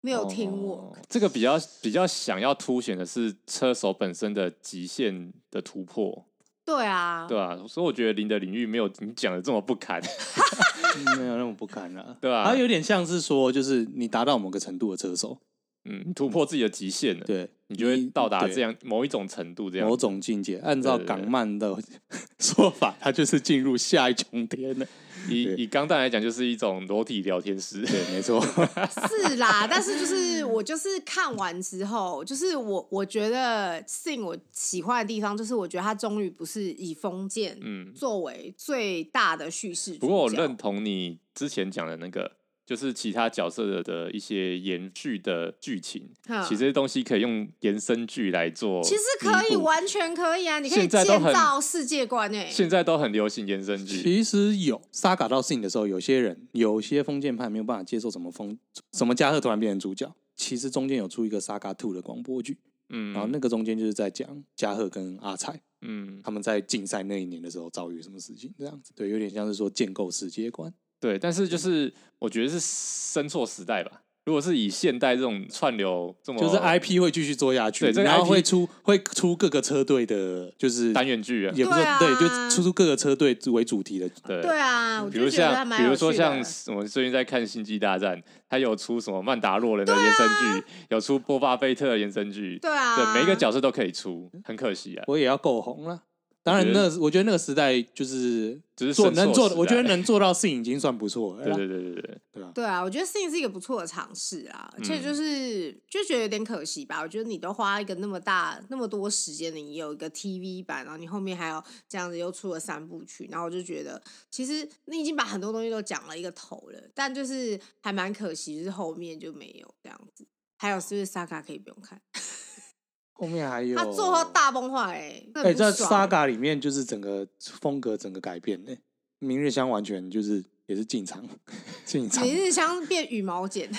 Speaker 3: 没有听我。
Speaker 2: 哦这个比较比较想要凸显的是车手本身的极限的突破，
Speaker 3: 对啊，
Speaker 2: 对吧、所以我觉得林的领域没有你讲的这么不堪，
Speaker 1: 嗯没有那么不堪了、
Speaker 2: 对啊
Speaker 1: 他有点像是说，就是你达到某个程度的车手，
Speaker 2: 嗯，你突破自己的极限了，
Speaker 1: 对
Speaker 2: 你就会到达
Speaker 1: 对
Speaker 2: 这样某一种程度，这样
Speaker 1: 某种境界。按照
Speaker 2: 对对对
Speaker 1: 港漫的 (laughs) 说法，他就是进入下一重天了。对
Speaker 2: 以以钢弹来讲，就是一种裸体聊天室，
Speaker 1: 对，没错。
Speaker 2: 啊
Speaker 3: 是啦，但是就是我就是看完之后，就是我我觉得 Sing 我喜欢的地方，就是我觉得他终于不是以封建
Speaker 2: 嗯。
Speaker 3: 作为最大的叙事主角。
Speaker 2: 不过我认同你之前讲的那个，就是其他角色的的一些延续的剧情，
Speaker 3: 嗯
Speaker 2: 其实这些东西可以用延伸剧来做。
Speaker 3: 其实可以，。完全可以啊！你可以
Speaker 2: 现在
Speaker 3: 建
Speaker 2: 都很
Speaker 3: 造世界观欸诶、
Speaker 2: 现在都很流行延伸
Speaker 1: (laughs)
Speaker 2: 剧，
Speaker 1: 其实有沙嘎到信的时候，有些人有些封建派没有办法接受什么封什么加贺突然变成主角。其实中间有出一个沙嘎 two 的广播剧，
Speaker 2: 嗯，
Speaker 1: 然后那个中间就是在讲加贺跟阿彩
Speaker 2: 嗯，
Speaker 1: 他们在竞赛那一年的时候遭遇什么事情，这样子对，有点像是说建构世界观。
Speaker 2: 对，但是就是我觉得是生错时代吧。如果是以现代这种串流这么
Speaker 1: 就是 IP 会继续做下去，
Speaker 2: 哦对这个
Speaker 1: 然后
Speaker 2: IP
Speaker 1: 会出会出各个车队的，就是
Speaker 2: 单元剧啊，
Speaker 1: 也不是
Speaker 3: 对啊
Speaker 1: 对，就出出各个车队为主题的。
Speaker 2: 对
Speaker 3: 对啊，我
Speaker 2: 嗯比
Speaker 3: 就
Speaker 2: 如
Speaker 3: 觉得还
Speaker 2: 像
Speaker 3: 蛮
Speaker 2: 比
Speaker 3: 有
Speaker 2: 如说
Speaker 3: 趣的
Speaker 2: 像我们最近在看《星际大战》，它有出什么曼达洛人的延伸剧，有出波巴菲特的延伸剧，
Speaker 3: 啊对啊，
Speaker 2: 对，每一个角色都可以出，很可惜啊，
Speaker 1: 我也要够红了。当然
Speaker 2: 我觉
Speaker 1: 那
Speaker 2: 得
Speaker 1: 个我觉得那个时代就是
Speaker 2: 只是
Speaker 1: 做
Speaker 2: 伸缩
Speaker 1: 能做的，
Speaker 2: 时代
Speaker 1: 我觉得能做到事情已经算不错了
Speaker 2: (laughs) 对
Speaker 1: 啦。
Speaker 2: 对对对对，
Speaker 1: 对啊，
Speaker 3: 对啊，我觉得 Sing 是一个不错的尝试啊，而且
Speaker 1: 嗯
Speaker 3: 就是、就觉得有点可惜吧。我觉得你都花一个那么大那么多时间，你有一个 TV 版，然后你后面还有这样子又出了三部曲，然后我就觉得其实你已经把很多东西都讲了一个头了，但就是还蛮可惜，就是后面就没有这样子。还有是不是 Saga 可以不用看？
Speaker 1: 后面还有
Speaker 3: 他做后大崩坏哎、欸，
Speaker 1: 哎、在
Speaker 3: 这
Speaker 1: Saga 里面就是整个风格整个改变哎、明日香完全就是也是进场 (laughs) 进场
Speaker 3: 每，日香变羽毛剪，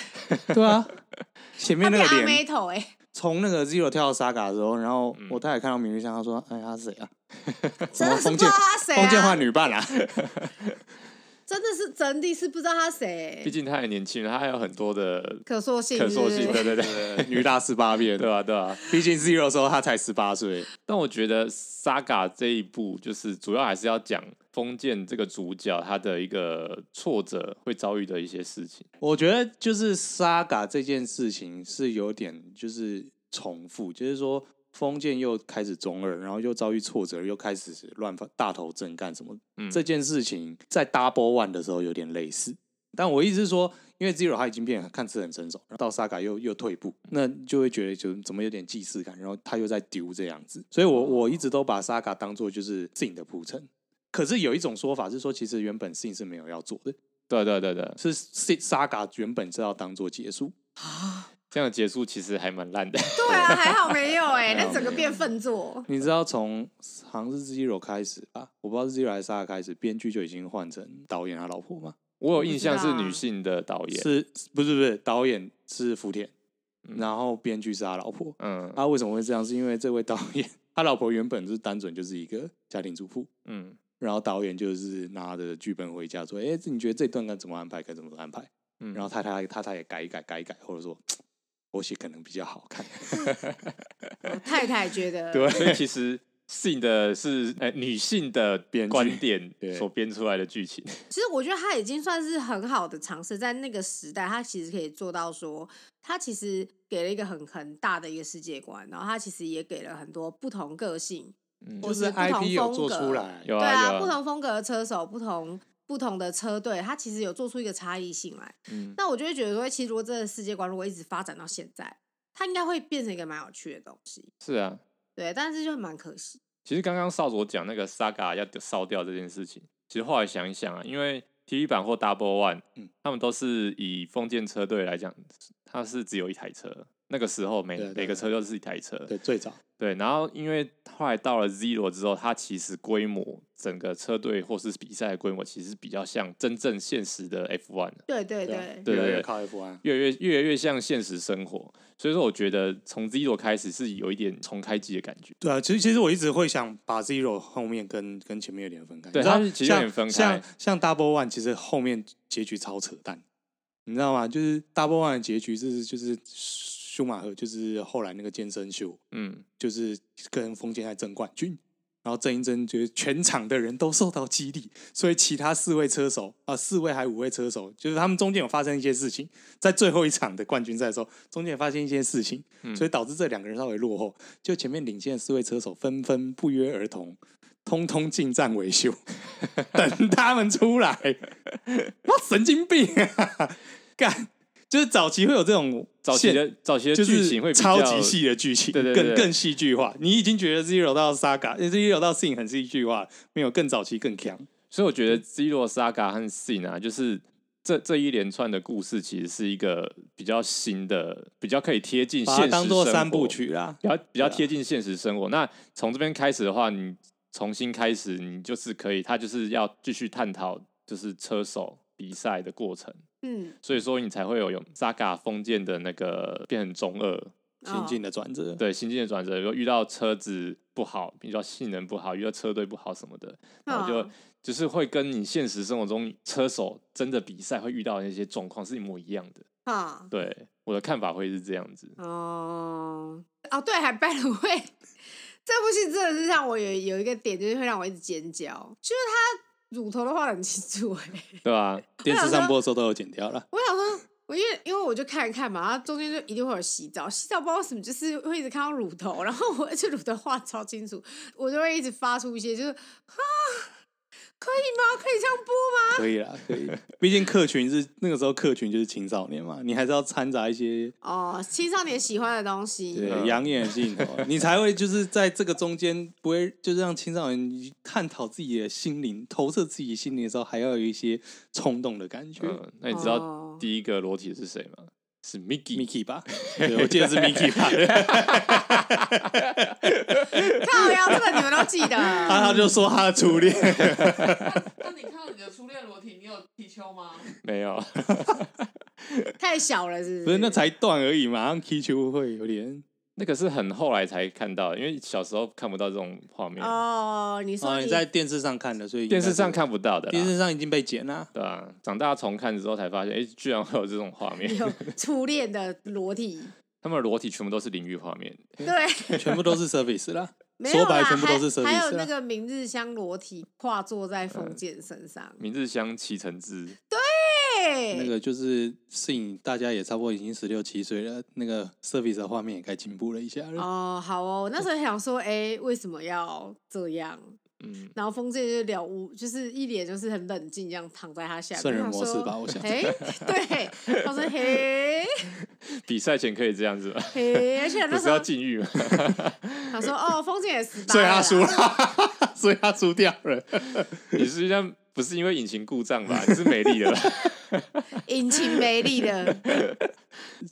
Speaker 1: 对啊，前
Speaker 3: 他
Speaker 1: 面那
Speaker 3: 变阿
Speaker 1: 个
Speaker 3: 妹
Speaker 1: 脸
Speaker 3: 头哎、欸
Speaker 1: 从那个 Zero 跳到 Saga 的时候，然后
Speaker 2: 嗯
Speaker 1: 我太太看到明日香，她说：“哎，她是谁啊？”
Speaker 3: 真的是不
Speaker 1: 封
Speaker 3: 知
Speaker 1: 建
Speaker 3: 道他谁
Speaker 1: 封建化
Speaker 3: 啊，
Speaker 1: 女伴啊，
Speaker 2: (laughs)
Speaker 3: 真的是真的是不知道他谁、欸
Speaker 2: 毕竟他还年轻，他还有很多的
Speaker 3: 可塑性，
Speaker 2: 可塑性，
Speaker 3: 是不
Speaker 2: 对
Speaker 3: 是
Speaker 2: 对对，
Speaker 1: 女大十八变，
Speaker 2: 对啊对啊。
Speaker 1: 毕竟 Zero 的时候她才十八岁，
Speaker 2: 但我觉得《Saga》这一部就是主要还是要讲封建这个主角他的一个挫折会遭遇的一些事情，
Speaker 1: 我觉得就是沙嘎这件事情是有点就是重复，就是说封建又开始中二，然后又遭遇挫折，又开始乱发大头症干什么、
Speaker 2: 嗯，
Speaker 1: 这件事情，在 Double One 的时候有点类似。但我意思是说，因为 Zero 他已经变得看似很成熟，然后到沙嘎又又退步，那就会觉得就怎么有点既视感，然后他又在丢这样子，所以我我一直都把沙嘎当做就是自己的铺陈。可是有一种说法是说，其实原本 Sin 是没有要做的，
Speaker 2: 对啊对对对，
Speaker 1: 是 Sid Saga 原本是要当做结束，
Speaker 2: 这样的结束其实还蛮烂的，
Speaker 3: (laughs) 对啊，还好没有哎、
Speaker 1: 还好
Speaker 3: 那整个变粪作。
Speaker 1: 你知道从好像是 Zero 开始吧，我不知道是 Zero 还是 Saga 开始，编剧就已经换成导演他老婆嘛，
Speaker 2: 我有
Speaker 3: 不
Speaker 2: 印
Speaker 3: 知
Speaker 2: 象是
Speaker 3: 道啊
Speaker 2: 女性的导演，
Speaker 1: 是不是不是导演是福田，
Speaker 2: 嗯
Speaker 1: 然后编剧是他老婆，
Speaker 2: 嗯
Speaker 1: 他为什么会这样？是因为这位导演他老婆原本是单纯就是一个家庭主妇。
Speaker 2: 嗯
Speaker 1: 然后导演就是拿着剧本回家说：“哎，这你觉得这段该怎么安排？该怎么安排？”
Speaker 2: 嗯，
Speaker 1: 然后太太太太也改一改，改一改，或者说我写可能比较好看。
Speaker 3: 我太太觉得，
Speaker 2: 对，所以其实性的是呃女性的
Speaker 1: 编剧
Speaker 2: 观点
Speaker 1: 对
Speaker 2: 所编出来的剧情，
Speaker 3: 其实我觉得他已经算是很好的尝试，在那个时代，他其实可以做到说，他其实给了一个很很大的一个世界观，然后他其实也给了很多不同个性，
Speaker 2: 嗯
Speaker 3: 我
Speaker 1: 就是
Speaker 3: 不同
Speaker 1: IP 有做
Speaker 3: 风格
Speaker 1: 出来，
Speaker 2: 有
Speaker 3: 对
Speaker 2: 啊有
Speaker 3: 不同风格的车手，不同不同的车队，它其实有做出一个差异性来。
Speaker 1: 嗯，
Speaker 3: 那我就会觉得说，其实如果这个世界观如果一直发展到现在，它应该会变成一个蛮有趣的东西。
Speaker 2: 是啊，
Speaker 3: 对，但是就蛮可惜。
Speaker 2: 其实刚刚少佐讲那个 Saga 要烧掉这件事情，其实后来想一想啊，因为 TV 版或 Double One，、
Speaker 1: 嗯
Speaker 2: 他们都是以封建车队来讲，它是只有一台车，那个时候每
Speaker 1: 对对啊
Speaker 2: 每个车都是一台车，
Speaker 1: 对，最早
Speaker 2: 对，然后因为后来到了 Zero 之后，它其实规模整个车队或是比赛的规模，其实比较像真正现实的 F1 了
Speaker 3: 对对
Speaker 1: 对啊
Speaker 3: 对，
Speaker 2: 对
Speaker 1: 越来
Speaker 2: 对
Speaker 1: 越靠 F1，
Speaker 2: 越来越越来越像现实生活。所以说，我觉得从 Zero 开始是有一点重开机的感觉。
Speaker 1: 对啊，其实其实我一直会想把 Zero 后面跟跟前面有点分开，
Speaker 2: 对
Speaker 1: 你知道
Speaker 2: 它是其实有点分开
Speaker 1: 像像像 Double One 其实后面结局超扯淡，你知道吗？就是 Double One 的结局是就是舒马赫就是后来那个健身秀，
Speaker 2: 嗯，
Speaker 1: 就是跟封建在争冠军，然后郑一争觉得全场的人都受到激励，所以其他四位车手啊、四位还五位车手，就是他们中间有发生一些事情，在最后一场的冠军赛的时候，中间有发生一些事情，
Speaker 2: 嗯
Speaker 1: 所以导致这两个人稍微落后，就前面领先的四位车手纷纷不约而同。通通进站维修，等他们出
Speaker 2: (laughs)
Speaker 1: 来，哇，神经病啊！ (laughs) 干，就是早期会有这种
Speaker 2: 早期
Speaker 1: 现
Speaker 2: 的早期的
Speaker 1: 就
Speaker 2: 剧
Speaker 1: 是
Speaker 2: 情会比
Speaker 1: 超
Speaker 2: 较
Speaker 1: 级戏的剧情，
Speaker 2: 对对对对
Speaker 1: 更更戏剧化。你已经觉得 Zero 到 Saga、Zero 到 Sing 很戏剧化，没有更早期更强。
Speaker 2: 所以我觉
Speaker 1: 嗯
Speaker 2: 得《Zero Saga》和《Sin》啊，就是这这一连串的故事，其实是一个比较新的、比较可以贴近现
Speaker 1: 把
Speaker 2: 实
Speaker 1: 它当做
Speaker 2: 生
Speaker 1: 三
Speaker 2: 活
Speaker 1: 部，曲啦。
Speaker 2: 比较比较
Speaker 1: 对啊
Speaker 2: 贴近现实生活。那从这边开始的话，你重新开始，你就是可以，他就是要继续探讨就是车手比赛的过程，
Speaker 3: 嗯，
Speaker 2: 所以说你才会有用 Saga 封建的那个变成中二，
Speaker 3: 哦
Speaker 1: 心境的转折，
Speaker 2: 对心境的转折，比如遇到车子不好，遇到性能不好，遇到车队不好什么的，然后就
Speaker 3: 嗯
Speaker 2: 就是会跟你现实生活中车手真的比赛会遇到的那些状况是一模一样的。
Speaker 3: 啊
Speaker 2: 对，我的看法会是这样子。
Speaker 3: 哦哦，对，还 by the way，这部戏真的是让我有有一个点，就是会让我一直尖叫，就是他乳头都画的很清楚哎、
Speaker 2: 对吧？
Speaker 1: 电视上播的时候都有剪掉了。
Speaker 3: (laughs) 我想说，我因为因为我就看一看嘛，然后中间就一定会有洗澡，洗澡不知道为什么，就是会一直看到乳头，然后我而且乳头画得超清楚，我就会一直发出一些就是啊，可以吗？可以这样播吗？
Speaker 1: 可以啦，可以。毕竟客群是那个时候客群就是青少年嘛，你还是要掺杂一些
Speaker 3: 哦，青少年喜欢的东西，
Speaker 2: 嗯
Speaker 1: 对养眼的镜头，啊 (laughs) 你才会就是在这个中间不会就是让青少年探讨自己的心灵、投射自己的心灵的时候，还要有一些冲动的感觉。呃
Speaker 2: 嗯，那你知道
Speaker 3: 哦
Speaker 2: 第一个裸体的是谁吗？是 Mickey。
Speaker 1: Mickey (laughs) 吧，对我记得是 Mickey 吧。
Speaker 3: 靠呀，这个你们都记
Speaker 1: (laughs) 他
Speaker 3: 得。
Speaker 1: 他就说他的初恋，
Speaker 4: 那你看到你的初恋裸体，你有提丘吗？
Speaker 2: 没有，
Speaker 3: 太小了，是不是？
Speaker 1: (laughs) 不是那才断而已嘛，马上踢球会有点。
Speaker 2: 那个是很后来才看到的，因为小时候看不到这种画面，
Speaker 3: 哦，你说
Speaker 1: 哦，你在电视上看的，所以
Speaker 2: 电视上
Speaker 1: 应该
Speaker 2: 看不到的
Speaker 1: 是，
Speaker 2: 啦。
Speaker 1: 电视上已经被剪 (laughs) 了。
Speaker 2: 对啊，长大重看之后才发现，哎、居然会有这种画面。
Speaker 3: 有 (laughs) 初恋的
Speaker 1: (laughs)
Speaker 3: 裸体，
Speaker 2: (laughs) 他们的裸体全部都是淋浴画面，
Speaker 3: 对，
Speaker 1: 全部都是 service 啦， (laughs)
Speaker 3: 没
Speaker 1: 嗯
Speaker 3: 有
Speaker 1: 说白
Speaker 3: 啦，
Speaker 1: 了全部都是
Speaker 3: 还还
Speaker 1: service
Speaker 3: 有那
Speaker 1: 啦
Speaker 3: 个明日香裸体跨
Speaker 1: 嗯
Speaker 3: 坐在封建身上，
Speaker 2: 明日香、七成之，
Speaker 3: 对，
Speaker 1: 那个就是摄影，大家也差不多已经十六七岁了，那个 service 的画面也该进步了一下了。
Speaker 3: 哦，好哦，我那时候想说，哎、为什么要这
Speaker 1: (laughs)
Speaker 3: 样？
Speaker 2: 嗯，
Speaker 3: 然后封建就了无，就是一脸就是很冷静，这样躺在他下面。
Speaker 1: 圣人
Speaker 3: 我
Speaker 1: 模式
Speaker 3: 想
Speaker 1: 吧
Speaker 3: 说
Speaker 1: 我想
Speaker 3: 哎、对，
Speaker 1: (laughs)
Speaker 3: 他说嘿
Speaker 2: 比赛前可以这样子吗？
Speaker 3: 嘿，而且
Speaker 2: 不
Speaker 3: 那
Speaker 2: 是
Speaker 3: 时
Speaker 2: 要
Speaker 3: 候
Speaker 2: 禁欲吗？
Speaker 3: 他说哦，封建也十八，
Speaker 1: 所以他输了，所以他输掉了。
Speaker 2: 你实际上不是因为引擎故障吧？你是美丽
Speaker 1: (laughs)
Speaker 2: 的吧？
Speaker 3: 引擎没力了，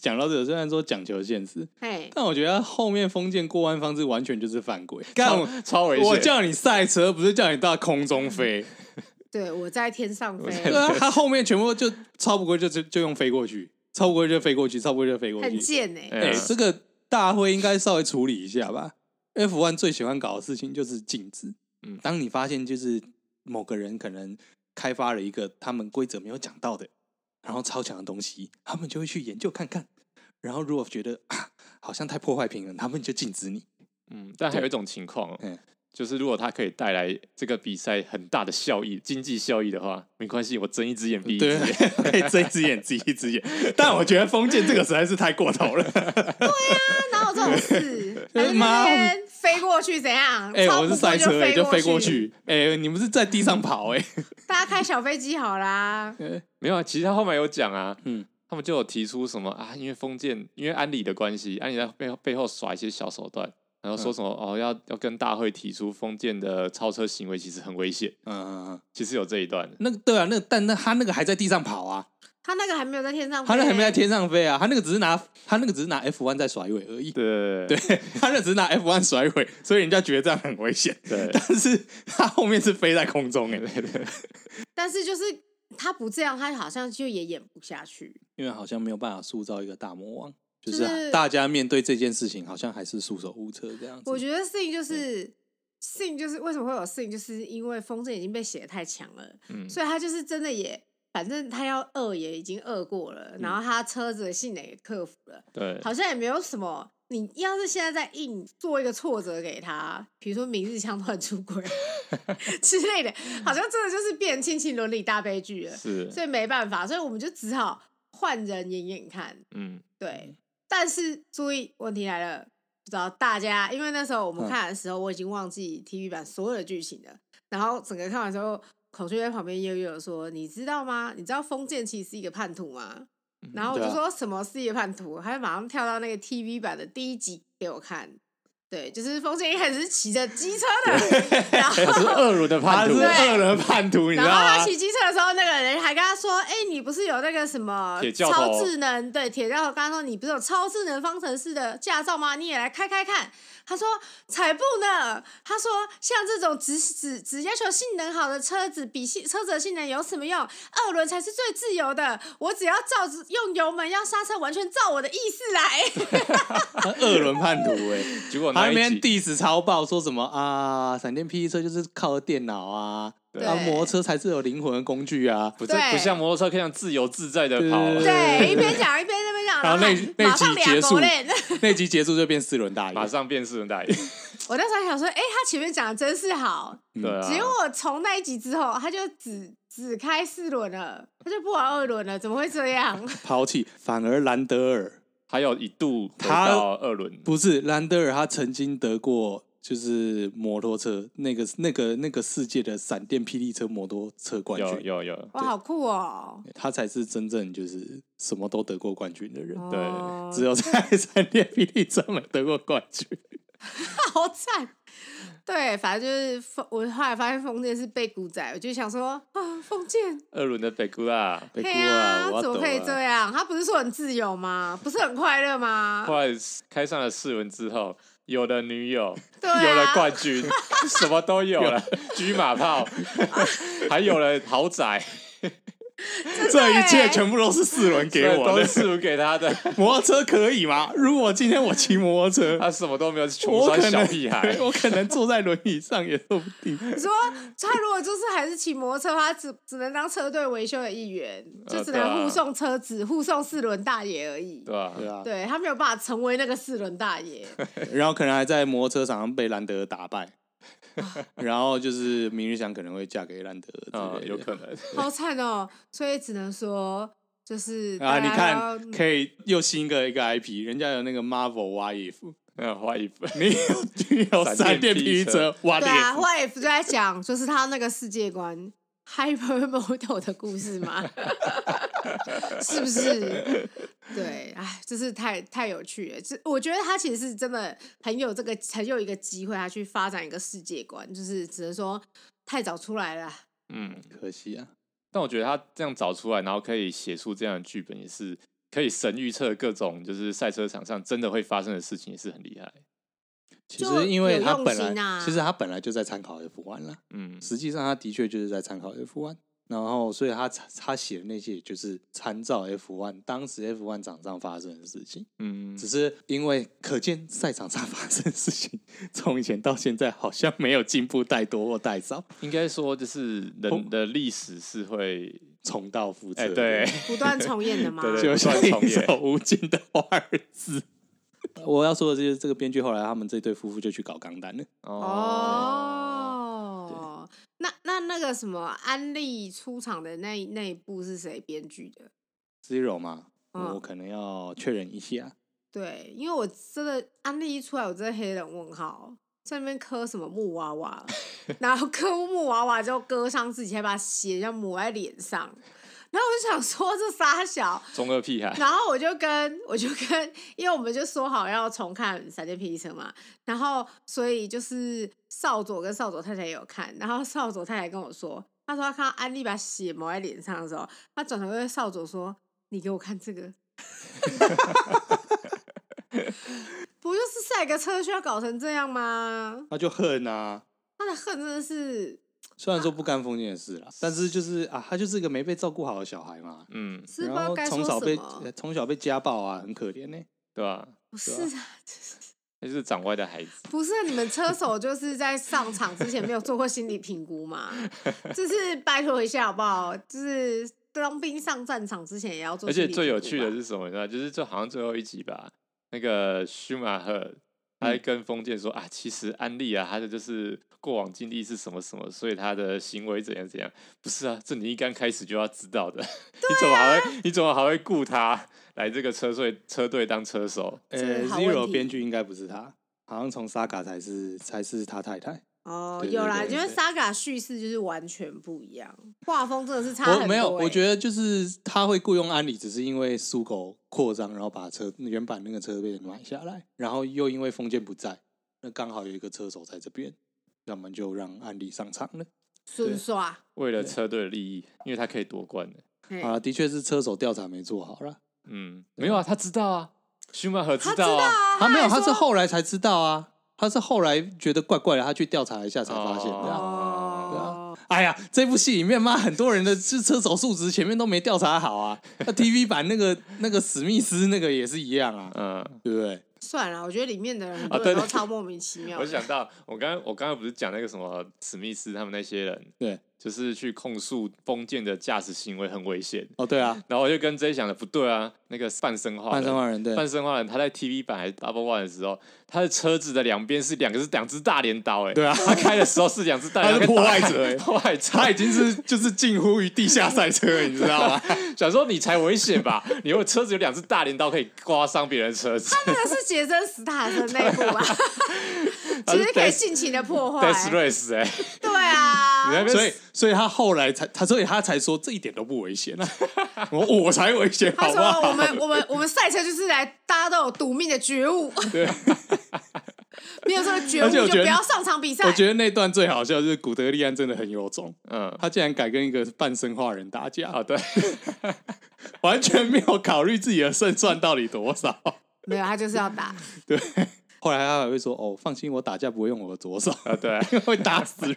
Speaker 1: 讲到这个，虽然说讲求现实，
Speaker 3: 嘿，
Speaker 1: 但我觉得后面封建过弯方式完全就是犯 (laughs) 规。干我，
Speaker 2: 超危险！
Speaker 1: 我叫你赛车，不是叫你到空中飞。
Speaker 3: 对我在天
Speaker 1: (laughs)
Speaker 3: 上飞，
Speaker 1: 对啊，他后面全部 (laughs) 就超不过就就就用飞过去，超不过就飞过去，超不过就飞过
Speaker 3: 很
Speaker 1: 去。 (laughs)
Speaker 3: 贱哎、
Speaker 2: 哎
Speaker 1: 哎、
Speaker 2: 呀
Speaker 1: 这个大会应该稍微处理一下吧。F one 最喜欢搞的事情就是禁止。
Speaker 2: 嗯
Speaker 1: 嗯，当你发现就是某个人可能开发了一个他们规则没有讲到的，然后超强的东西，他们就会去研究看看。然后如果觉得啊，好像太破坏平衡，他们就禁止你。
Speaker 2: 嗯，但还有一种情况、哦
Speaker 1: 嗯，
Speaker 2: 就是如果它可以带来这个比赛很大的效益、经济效益的话，没关系，我睁一只眼闭一只
Speaker 1: (laughs) 对
Speaker 2: 眼。， (laughs)
Speaker 1: 可以睁一只眼闭一只眼。但我觉得封建这个实在是太过头了。
Speaker 3: 哪有这种
Speaker 1: (laughs)
Speaker 3: 事？
Speaker 1: 就是
Speaker 3: 还
Speaker 1: 妈
Speaker 3: 那边飞过去怎
Speaker 1: (laughs)
Speaker 3: 样？
Speaker 1: 哎、
Speaker 3: 超
Speaker 1: 我是
Speaker 3: 不过
Speaker 1: 塞车、哎，就
Speaker 3: 飞
Speaker 1: 飞过。去。哎、你们是在地上跑、
Speaker 3: 大家开小飞机好啦。
Speaker 1: 哎，
Speaker 2: 没有啊，其实他后面有讲啊，
Speaker 1: 嗯，
Speaker 2: 他们就有提出什么啊，因为封建，因为安理的关系，安理在背后背后耍一些小手段，然
Speaker 1: 嗯
Speaker 2: 后说什么、哦，要要跟大会提出封建的超车行为其实很危险，
Speaker 1: 嗯嗯嗯，
Speaker 2: 其实有这一段的，
Speaker 1: 那个对啊，那个但那他那个还在地上跑啊，
Speaker 3: 他那个还没有在天上
Speaker 1: (laughs)
Speaker 3: 飞，
Speaker 1: 他
Speaker 3: 欸
Speaker 1: 那还没在天上飞啊，他那个只是拿他那个只是拿 F 1在甩尾而已。
Speaker 2: 对
Speaker 1: 对，他那只是拿 F 1甩尾，所以人家觉得这样很危险。 (laughs)
Speaker 2: 对
Speaker 1: 但是他后面是飞在空中、哎，
Speaker 2: 对对，
Speaker 3: 但是就是他不这样，他好像就也演不下去。
Speaker 1: 因为好像没有办法塑造一个大魔王，就
Speaker 3: 就是
Speaker 1: 是啊大家面对这件事情好像还是束手无策这样子。
Speaker 3: 我觉得事情就是。事情就是为什么会有事情，就是因为风筝已经被写的太强了，
Speaker 2: 嗯，
Speaker 3: 所以他就是真的也，反正他要饿也已经饿过
Speaker 1: 嗯
Speaker 3: 了，然后他车子的性能也克服了，
Speaker 2: 对，
Speaker 3: 好像也没有什么。你要是现在在硬做一个挫折给他，比如说明日香团出
Speaker 2: (laughs)
Speaker 3: 轨之类的，好像真的就是变亲情伦理大悲剧了，
Speaker 2: 嗯是，
Speaker 3: 所以没办法，所以我们就只好换人演演看。
Speaker 2: 嗯，
Speaker 3: 对，但是注意，问题来了，不知道大家，因为那时候我们
Speaker 1: 嗯
Speaker 3: 看的时候，我已经忘记 TV 版所有的剧情了，然后整个看完之后，孔雀在旁边悠悠地说：“你知道吗？你知道封建其实是一个叛徒吗？”然后我
Speaker 1: 对
Speaker 3: 就
Speaker 1: 啊
Speaker 3: 说什么是夜叛徒，他就马上跳到那个 TV 版的第一集给我看。对，就是风建一开始是骑着机车的，然后
Speaker 2: (laughs) 他是二轮的叛徒，
Speaker 1: 他
Speaker 3: 对
Speaker 1: 是二轮叛徒，你知
Speaker 3: 然
Speaker 1: 道
Speaker 3: 后他
Speaker 1: 吗？
Speaker 3: 骑机车的时候，那个人还跟他说：“哎、你不是有那个什么
Speaker 2: 铁教头
Speaker 3: 超智能？对，铁教头刚刚说哎你不是有超智能方程式的驾照吗？你也来开开看。”他说：“才不呢！”他说：“像这种只只只要求性能好的车子，比性车子的性能有什么用？二轮才是最自由的。我只要照着用油门，要刹车，完全照我的意思来。”
Speaker 1: (laughs) 他二轮叛徒哎、
Speaker 2: (laughs) 结果
Speaker 1: 他
Speaker 2: 那
Speaker 1: 那边
Speaker 2: 一集
Speaker 1: diss 超爆，说什么啊，闪电霹雳车就是靠电脑啊，
Speaker 2: 对
Speaker 1: 啊，摩托车才是有灵魂的工具啊。
Speaker 2: 不是不
Speaker 3: 对
Speaker 2: 像摩托车可以这样自由自在的
Speaker 1: 对
Speaker 2: 跑，
Speaker 3: 对，一边讲一边那边讲，
Speaker 1: 然后那
Speaker 3: 还
Speaker 1: 那
Speaker 3: 马上
Speaker 1: 集
Speaker 3: 俩
Speaker 1: 结
Speaker 3: 狗
Speaker 1: 束
Speaker 3: 链。
Speaker 1: 那集结束就变四轮大
Speaker 2: 马
Speaker 1: 爷，
Speaker 2: 上变四轮大爷，
Speaker 3: (laughs) 我那时候还想说，哎、他前面讲的真是好，
Speaker 1: 嗯
Speaker 2: 对啊，
Speaker 3: 结果我从那一集之后，他就只只开四轮了，他就不玩二轮了，怎么会这
Speaker 2: (laughs)
Speaker 3: 样？
Speaker 1: 抛弃。反而兰德尔
Speaker 2: 还有一度回
Speaker 1: 他
Speaker 2: 到二轮，
Speaker 1: 不是兰德尔，他曾经得过就是摩托车那个那个那个世界的闪电霹雳车摩托车冠
Speaker 2: 有
Speaker 1: 军，
Speaker 2: 有有，
Speaker 3: 哇，好酷哦！
Speaker 1: 他才是真正就是什么都得过冠军的人。
Speaker 2: 对
Speaker 3: 哦
Speaker 1: 只有在闪电霹雳车没得过冠军，
Speaker 3: (laughs) 好惨。对，反正就是封我后来发现封建是被古仔，我就想说啊，封建，
Speaker 2: 二轮的北姑啦，
Speaker 1: 被
Speaker 3: 对
Speaker 1: 哭啊！我要
Speaker 3: 怎么
Speaker 1: 抖
Speaker 3: 可以
Speaker 1: 啊
Speaker 3: 这样？他不是说很自由吗？不是很快乐吗？
Speaker 2: (laughs) 后来开上了四轮之后，有了女友，
Speaker 3: 对啊
Speaker 2: 有了冠军，什么都有了，车马炮，还有了豪宅，
Speaker 1: 这一切
Speaker 3: 欸
Speaker 1: 全部都是四轮给我
Speaker 2: 都
Speaker 3: (laughs)
Speaker 2: 是
Speaker 1: 的。
Speaker 2: 四轮给他的，
Speaker 1: 摩托车可以吗？如果今天我骑摩托车，
Speaker 2: (laughs) 他什么都没有，穷
Speaker 1: 我
Speaker 2: 酸
Speaker 1: 可
Speaker 2: 小
Speaker 1: 能，
Speaker 2: 屁孩
Speaker 1: (laughs) 我可能坐在轮椅上也说不定。
Speaker 3: 你说他如果就是还是骑摩托车，他只只能当车队维修的一员，
Speaker 2: 呃
Speaker 3: 就只
Speaker 2: 对啊
Speaker 3: 能护送车子、护送四轮大爷而已。
Speaker 2: 对吧？
Speaker 1: 啊，
Speaker 3: 对他没有办法成为那个四轮大爷，
Speaker 1: 然后可能还在摩托车场上被兰德尔打
Speaker 2: (laughs)
Speaker 1: 败，然后就是明日香可能会嫁给兰德尔之
Speaker 2: 啊，
Speaker 1: 类的
Speaker 2: 有可能，
Speaker 3: 好惨哦！所以只能说，就是
Speaker 1: 啊！
Speaker 3: 大
Speaker 1: 你
Speaker 3: 家要
Speaker 1: 看，可以又新一个一个 IP，人家有那个 Marvel What If，
Speaker 2: (laughs) 嗯，花一份，
Speaker 1: 你有 (laughs) 你有闪
Speaker 2: 闪
Speaker 1: 电
Speaker 2: 电
Speaker 1: 霹雳
Speaker 2: 霹雳
Speaker 1: 车
Speaker 2: 车
Speaker 1: What
Speaker 3: 对啊
Speaker 1: If，
Speaker 3: ，What if 就在讲就是他那个世界观 Hyper Model 的故事嘛，是不是？对，哎，就是太太有趣了。这我觉得他其实是真的很有这个很有一个机会，他啊去发展一个世界观，就是只能说太早出来了。
Speaker 2: 嗯，
Speaker 1: 可惜啊，
Speaker 2: 但我觉得他这样找出来，然后可以写出这样的剧本，也是可以神预测各种就是赛车场上真的会发生的事情，也是很厉害，
Speaker 1: 其
Speaker 3: 就
Speaker 1: 实因为
Speaker 3: 有
Speaker 1: 他
Speaker 3: 用
Speaker 1: 本
Speaker 3: 心
Speaker 1: 来
Speaker 3: 啊
Speaker 1: 其实他本来就在参考 F 1了。
Speaker 2: 嗯，
Speaker 1: 实际上他的确就是在参考 F one，然后所以他他写的那些也就是参照 F one 当时 F one 场上发生的事情，
Speaker 2: 嗯
Speaker 1: 只是因为可见赛场上发生的事情从以前到现在好像没有进步太多或太少，
Speaker 2: 应该说就是人的历史是会，
Speaker 1: 重蹈覆辙。
Speaker 2: 哎、对，
Speaker 3: 不断重演的嘛。
Speaker 2: 对对
Speaker 1: 就像
Speaker 2: 不断重
Speaker 1: 一
Speaker 2: 演
Speaker 1: 首无尽的华尔兹。我要说的就是这个编剧后来他们这对夫妇就去搞钢弹了。
Speaker 2: 哦，
Speaker 3: 哦，那那那个什么安利出场的那一那一部是谁编剧的？
Speaker 1: Zero 嘛，
Speaker 3: 嗯
Speaker 1: 我可能要确认一下。
Speaker 3: 对，因为我真的安利一出来，我真的黑人问号，在那边磕什么木娃娃，然后磕木娃娃就割伤自己，还把血这样抹在脸上，然后我就想说这傻小，
Speaker 2: 中二屁孩，
Speaker 3: 然后我就跟我就跟，因为我们就说好要重看《闪电霹雳车》嘛，然后所以就是少佐跟少佐太太也有看，然后少佐太太跟我说，她说她看到安利把血抹在脸上的时候，她转头跟少佐说：“你给我看这个。” (laughs) 不就是赛个车需要搞成这样吗？
Speaker 1: 那就恨啊！
Speaker 3: 他的恨真的是
Speaker 1: 虽然说不干封建的事啦，但是就是啊，他就是一个没被照顾好的小孩嘛，
Speaker 2: 嗯，
Speaker 3: 是不知
Speaker 1: 然
Speaker 3: 道
Speaker 1: 后
Speaker 3: 该说
Speaker 1: 从小
Speaker 3: 什
Speaker 1: 被
Speaker 3: 么
Speaker 1: 呃，从小被家暴啊，很可怜呢、
Speaker 2: 对吧？
Speaker 3: 不是啊，
Speaker 2: 那就是长歪的孩子，
Speaker 3: 不是啊，你们车手就是在上场之前没有做过心理评估吗？就是拜托一下好不好？就是当兵上战场之前也要做
Speaker 2: 而
Speaker 3: 心
Speaker 2: 且
Speaker 3: 理评估吧。
Speaker 2: 最有趣的是什么？你知道，就是就好像最后一集吧，那个舒马赫他还跟封建说、啊，其实安利啊，他的就是过往经历是什么什么，所以他的行为怎样怎样。不是啊，这你一刚开始就要知道的，你怎么还会你怎么还会雇他来这个车队车队当车手？
Speaker 3: 这
Speaker 1: 呃
Speaker 3: 是好问题
Speaker 1: ，Zero 编剧应该不是他，好像从莎嘎才是才是他太太。
Speaker 3: 哦，
Speaker 1: 对对
Speaker 3: 有啦，
Speaker 1: 对对
Speaker 3: 因为 Saga 叙事就是完全不一样，画风真的是差很多、欸
Speaker 1: 我没有，我觉得
Speaker 3: 得
Speaker 1: 就是他会雇佣安里，只是因为苏狗扩张，然后把车原版那个车被买下来，然后又因为封建不在，那刚好有一个车手在这边，要么就让安里上场了。
Speaker 3: 顺刷。
Speaker 2: 为了车队的利益，因为他可以夺冠的。
Speaker 3: 嘿
Speaker 1: 啊，的确是车手调查没做好啦。
Speaker 2: 嗯，没有啊，他知道啊，舒马赫
Speaker 3: 他知
Speaker 2: 知
Speaker 3: 道
Speaker 2: 道啊。
Speaker 3: 啊，
Speaker 1: 他没有，
Speaker 3: 还
Speaker 1: 他是
Speaker 3: 说
Speaker 1: 后来才知道啊，他是后来觉得怪怪的，他去调查一下才发现的啊、对啊
Speaker 3: 哦，
Speaker 1: 哎呀，这部戏里面妈很多人的是车手数值前面都没调查好啊，那 TV 版那个那个史密斯那个也是一样啊，
Speaker 2: 嗯，
Speaker 1: 对不对？
Speaker 3: 算了，我觉得里面的人很多
Speaker 2: 啊对
Speaker 3: 人都
Speaker 2: 对
Speaker 3: 超莫名其妙的。
Speaker 2: (laughs) 我想到我刚刚我刚刚不是讲那个什么史密斯他们那些人，
Speaker 1: 对，
Speaker 2: 就是去控诉封建的驾驶行为很危险。
Speaker 1: 哦对啊，
Speaker 2: 然后我就跟 J 想的不对啊，那个半生化
Speaker 1: 半
Speaker 2: 人，
Speaker 1: 生化人对，
Speaker 2: 半生化人，他在 TV 版还是 Double One 的时候，他的车子的两边是两个是两只大镰刀、欸，哎，
Speaker 1: 对啊
Speaker 2: 他开的时候是两只大镰刀，
Speaker 1: 他是破坏者
Speaker 2: 哎，
Speaker 1: 欸
Speaker 2: (laughs) 破坏者，
Speaker 1: 他已经是就是近乎于地下赛车了，你知道吗？ (laughs)
Speaker 2: 想说你才危险吧，你有车子有两只大镰刀可以刮伤别人的车子
Speaker 3: 那个是杰森·斯塔森那一部吧？ (laughs) 其实可以尽情的破坏。
Speaker 2: ，Death Race，哎、
Speaker 3: 对啊，
Speaker 2: 你那边
Speaker 1: 所以所以他后来才他所以他才说这一点都不危险，啊 (laughs) 我我才危险，
Speaker 3: 他
Speaker 1: 好不
Speaker 3: 说：“
Speaker 1: 好？
Speaker 3: 我们我们我们赛车就是来大家都有赌命的觉悟，
Speaker 2: 对，
Speaker 3: (laughs) 没有这个觉
Speaker 1: 而
Speaker 3: 悟
Speaker 1: 且我
Speaker 3: 就
Speaker 1: 觉得
Speaker 3: 不要上场比赛。”
Speaker 1: 我觉得那段最好笑就是古德利安真的很有种，
Speaker 2: 嗯，
Speaker 1: 他竟然敢跟一个半生化人打架，
Speaker 2: 好的，
Speaker 1: (laughs) 完全没有考虑自己的胜算到底多少。
Speaker 3: 没有，他就是要
Speaker 1: (laughs)
Speaker 3: 打。
Speaker 1: 后来他还会说：“哦，放心，我打架不会用我的左手，
Speaker 2: 啊对，
Speaker 1: 因为 (laughs) 会打死人。”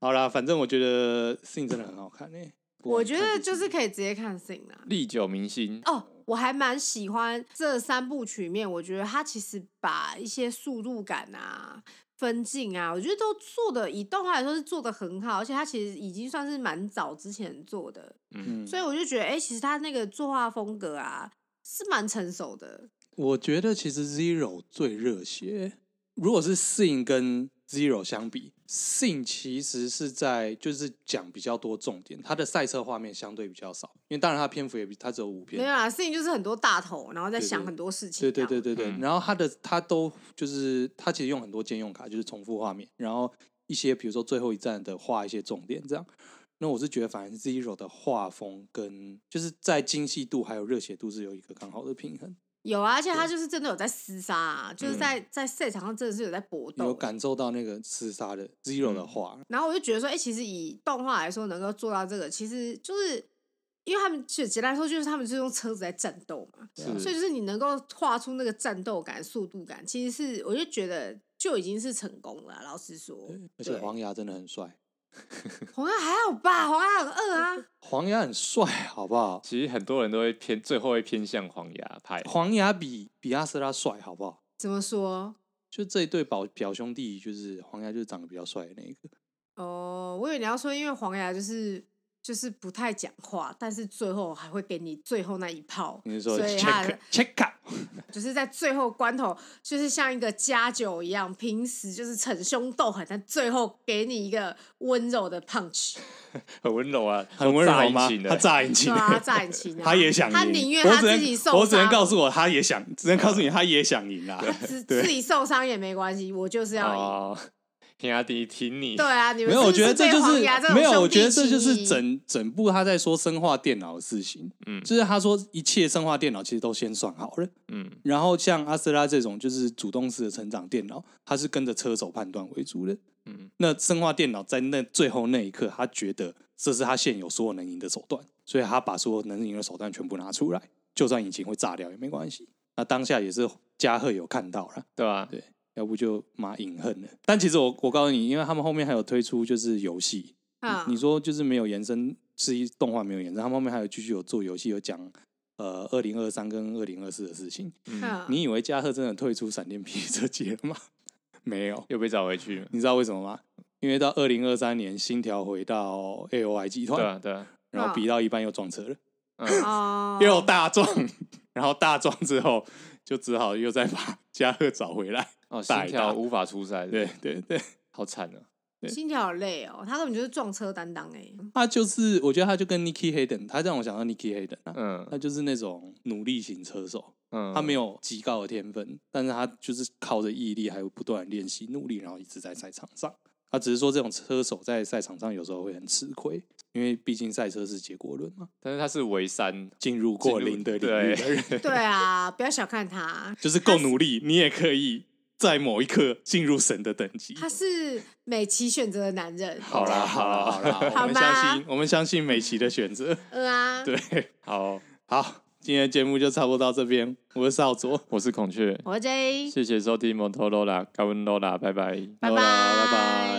Speaker 1: 好啦，反正我觉得《信》真的很好看欸呢、
Speaker 3: 我觉得就是可以直接看 Sing 啦。
Speaker 2: 历久弥新，
Speaker 3: 哦，我还蛮喜欢这三部曲里面，我觉得他其实把一些速度感啊、分镜啊，我觉得都做的以动画来说是做的很好，而且他其实已经算是蛮早之前做的，
Speaker 2: 嗯，
Speaker 1: 嗯，
Speaker 3: 所以我就觉得，哎、其实他那个作画风格啊是蛮成熟的。
Speaker 1: 我觉得其实 Zero 最热血。欸如果是 Sing 跟 Zero 相比，Sing 其实是在就是讲比较多重点，它的赛车画面相对比较少，因为当然它篇幅也比它只有五篇
Speaker 3: 没，有啊，事情就是很多大头，然后在
Speaker 1: 对
Speaker 3: 想
Speaker 1: 对
Speaker 3: 很多事
Speaker 1: 对
Speaker 3: 情这
Speaker 1: 对
Speaker 3: 样。
Speaker 1: 对对对，
Speaker 2: 嗯
Speaker 1: 然后它的它都就是它其实用很多兼用卡，就是重复画面，然后一些比如说最后一站的画一些重点这样。那我是觉得，反正 Zero 的画风跟就是在精细度还有热血度是有一个刚好的平衡，
Speaker 3: 有啊，而且他就是真的有在厮杀、啊，就是
Speaker 2: 嗯
Speaker 3: 在在赛场上真的是有在搏斗、
Speaker 1: 有感受到那个厮杀的 Zero 的
Speaker 2: 嗯
Speaker 1: 画，
Speaker 3: 然后我就觉得说，哎、其实以动画来说，能够做到这个，其实就是因为他们就简单来说，就是他们就是用车子在战斗嘛，
Speaker 1: 嗯
Speaker 3: 所以就是你能够画出那个战斗感、速度感，其实是我就觉得就已经是成功了啊、老实说，
Speaker 1: 而且
Speaker 3: 对
Speaker 1: 黄牙真的很帅，
Speaker 3: 黄鸭还好吧，黄鸭很饿啊，
Speaker 1: 黄牙很帅，好不好？
Speaker 2: 其实很多人都会偏最后会偏向黄牙派，
Speaker 1: 黄牙比比阿斯拉帅，好不好？
Speaker 3: 怎么说？
Speaker 1: 就这一对表表兄弟，就是黄牙就是长得比较帅的那一个，
Speaker 3: 哦，我以为你要说，因为黄牙就是就是不太讲话，但是最后还会给你最后那一炮。
Speaker 1: 你是说
Speaker 3: 所以他
Speaker 1: check check up？ (laughs)
Speaker 3: 就是在最后关头，就是像一个家酒一样，平时就是逞凶斗狠，但最后给你一个温柔
Speaker 1: (laughs)
Speaker 3: 的 punch，
Speaker 2: 很温柔啊，
Speaker 1: 很温柔
Speaker 2: 很
Speaker 1: 吗
Speaker 2: 炸引擎？的
Speaker 1: 他炸引擎
Speaker 3: 抓
Speaker 1: 的，
Speaker 3: 他战情啊。
Speaker 1: 他也想赢，
Speaker 3: 他宁愿
Speaker 1: 我
Speaker 3: 他
Speaker 1: 只能
Speaker 3: 自己受伤，
Speaker 1: 我只能告诉我，他也想，只能告诉你，他也想赢啊。 (laughs)
Speaker 3: 自自己受伤也没关系，我就是要赢。
Speaker 2: 哦，天涯第一听你
Speaker 3: 对，啊，你
Speaker 1: 没
Speaker 3: 们
Speaker 1: 有，我觉得
Speaker 3: 这
Speaker 1: 这就是没有，我觉得
Speaker 3: 这
Speaker 1: 这就是整整部他在说生化电脑的事情。
Speaker 2: 嗯
Speaker 1: 就是他说一切生化电脑其实都先算好了，
Speaker 2: 嗯
Speaker 1: 然后像阿斯拉这种就是主动式的成长电脑，它是跟着车手判断为主的。
Speaker 2: 嗯，
Speaker 1: 那生化电脑在那最后那一刻，他觉得这是他现有所有能赢的手段，所以他把所有能赢的手段全部拿出来，就算引擎会炸掉也没关系。那当下也是加贺有看到了，
Speaker 2: 对吧？
Speaker 1: 对要不就马隐恨了。但其实我我告诉你，因为他们后面还有推出就是游戏，
Speaker 3: 啊，
Speaker 1: 你说就是没有延伸，是一动画没有延伸，他们后面还有继续有做游戏，有讲呃二零二三跟二零二四的事情。
Speaker 3: 嗯
Speaker 1: 你以为加贺真的退出闪电霹雳这季了吗？ (laughs) 没有，
Speaker 2: 又被找回去了，
Speaker 1: 你知道为什么吗？因为到二零二三年，新条回到 A O I 集
Speaker 2: 对
Speaker 1: 团，
Speaker 2: 啊对啊，
Speaker 1: 然后比到一半又撞车了，
Speaker 2: 嗯，
Speaker 3: 哦，
Speaker 1: (laughs) 又大撞，然后大撞之后就只好又再把加贺找回来。
Speaker 2: 哦，
Speaker 1: 打
Speaker 2: 心
Speaker 1: 一
Speaker 2: 跳
Speaker 1: 打
Speaker 2: 无法出赛，
Speaker 1: 对，对对，
Speaker 2: 好惨啊，
Speaker 3: 心跳好累哦，他根本就是撞车担当哎，
Speaker 1: 他就是我觉得他就跟 Nicky Hayden，他让我想到 Nicky Hayden 啊，他
Speaker 2: 嗯
Speaker 1: 就是那种努力型车手，
Speaker 2: 嗯，
Speaker 1: 他没
Speaker 2: 有，
Speaker 1: 有极高的天分，但是他就是靠着毅力还有不断的练习努力，然后一直在赛场上。他只是说这种车手在赛场上有时候会很吃亏，因为毕竟赛车是结果论嘛。
Speaker 2: 但是他是围三，
Speaker 1: 进入过零的领域的人，
Speaker 3: (laughs) 对啊，不要小看
Speaker 1: (laughs)
Speaker 3: 他，
Speaker 1: 就是够努力，你也可以在某一刻进入神的等级。
Speaker 3: 他是美琪选择的男人，
Speaker 1: 好啦，好啦，好啦，
Speaker 3: 好
Speaker 1: 我们
Speaker 3: 吧
Speaker 1: 相信，我们相信美琪的选择。 (laughs)
Speaker 3: 嗯啊，
Speaker 1: 对，
Speaker 2: (laughs) 好，
Speaker 1: 好，今天的节目就差不多到这边。我是少佐，
Speaker 2: 我是孔雀，
Speaker 3: 我是 J，
Speaker 2: 谢谢收听 Motorola，高温 Lola，拜拜。
Speaker 3: 拜
Speaker 1: 好啦拜拜。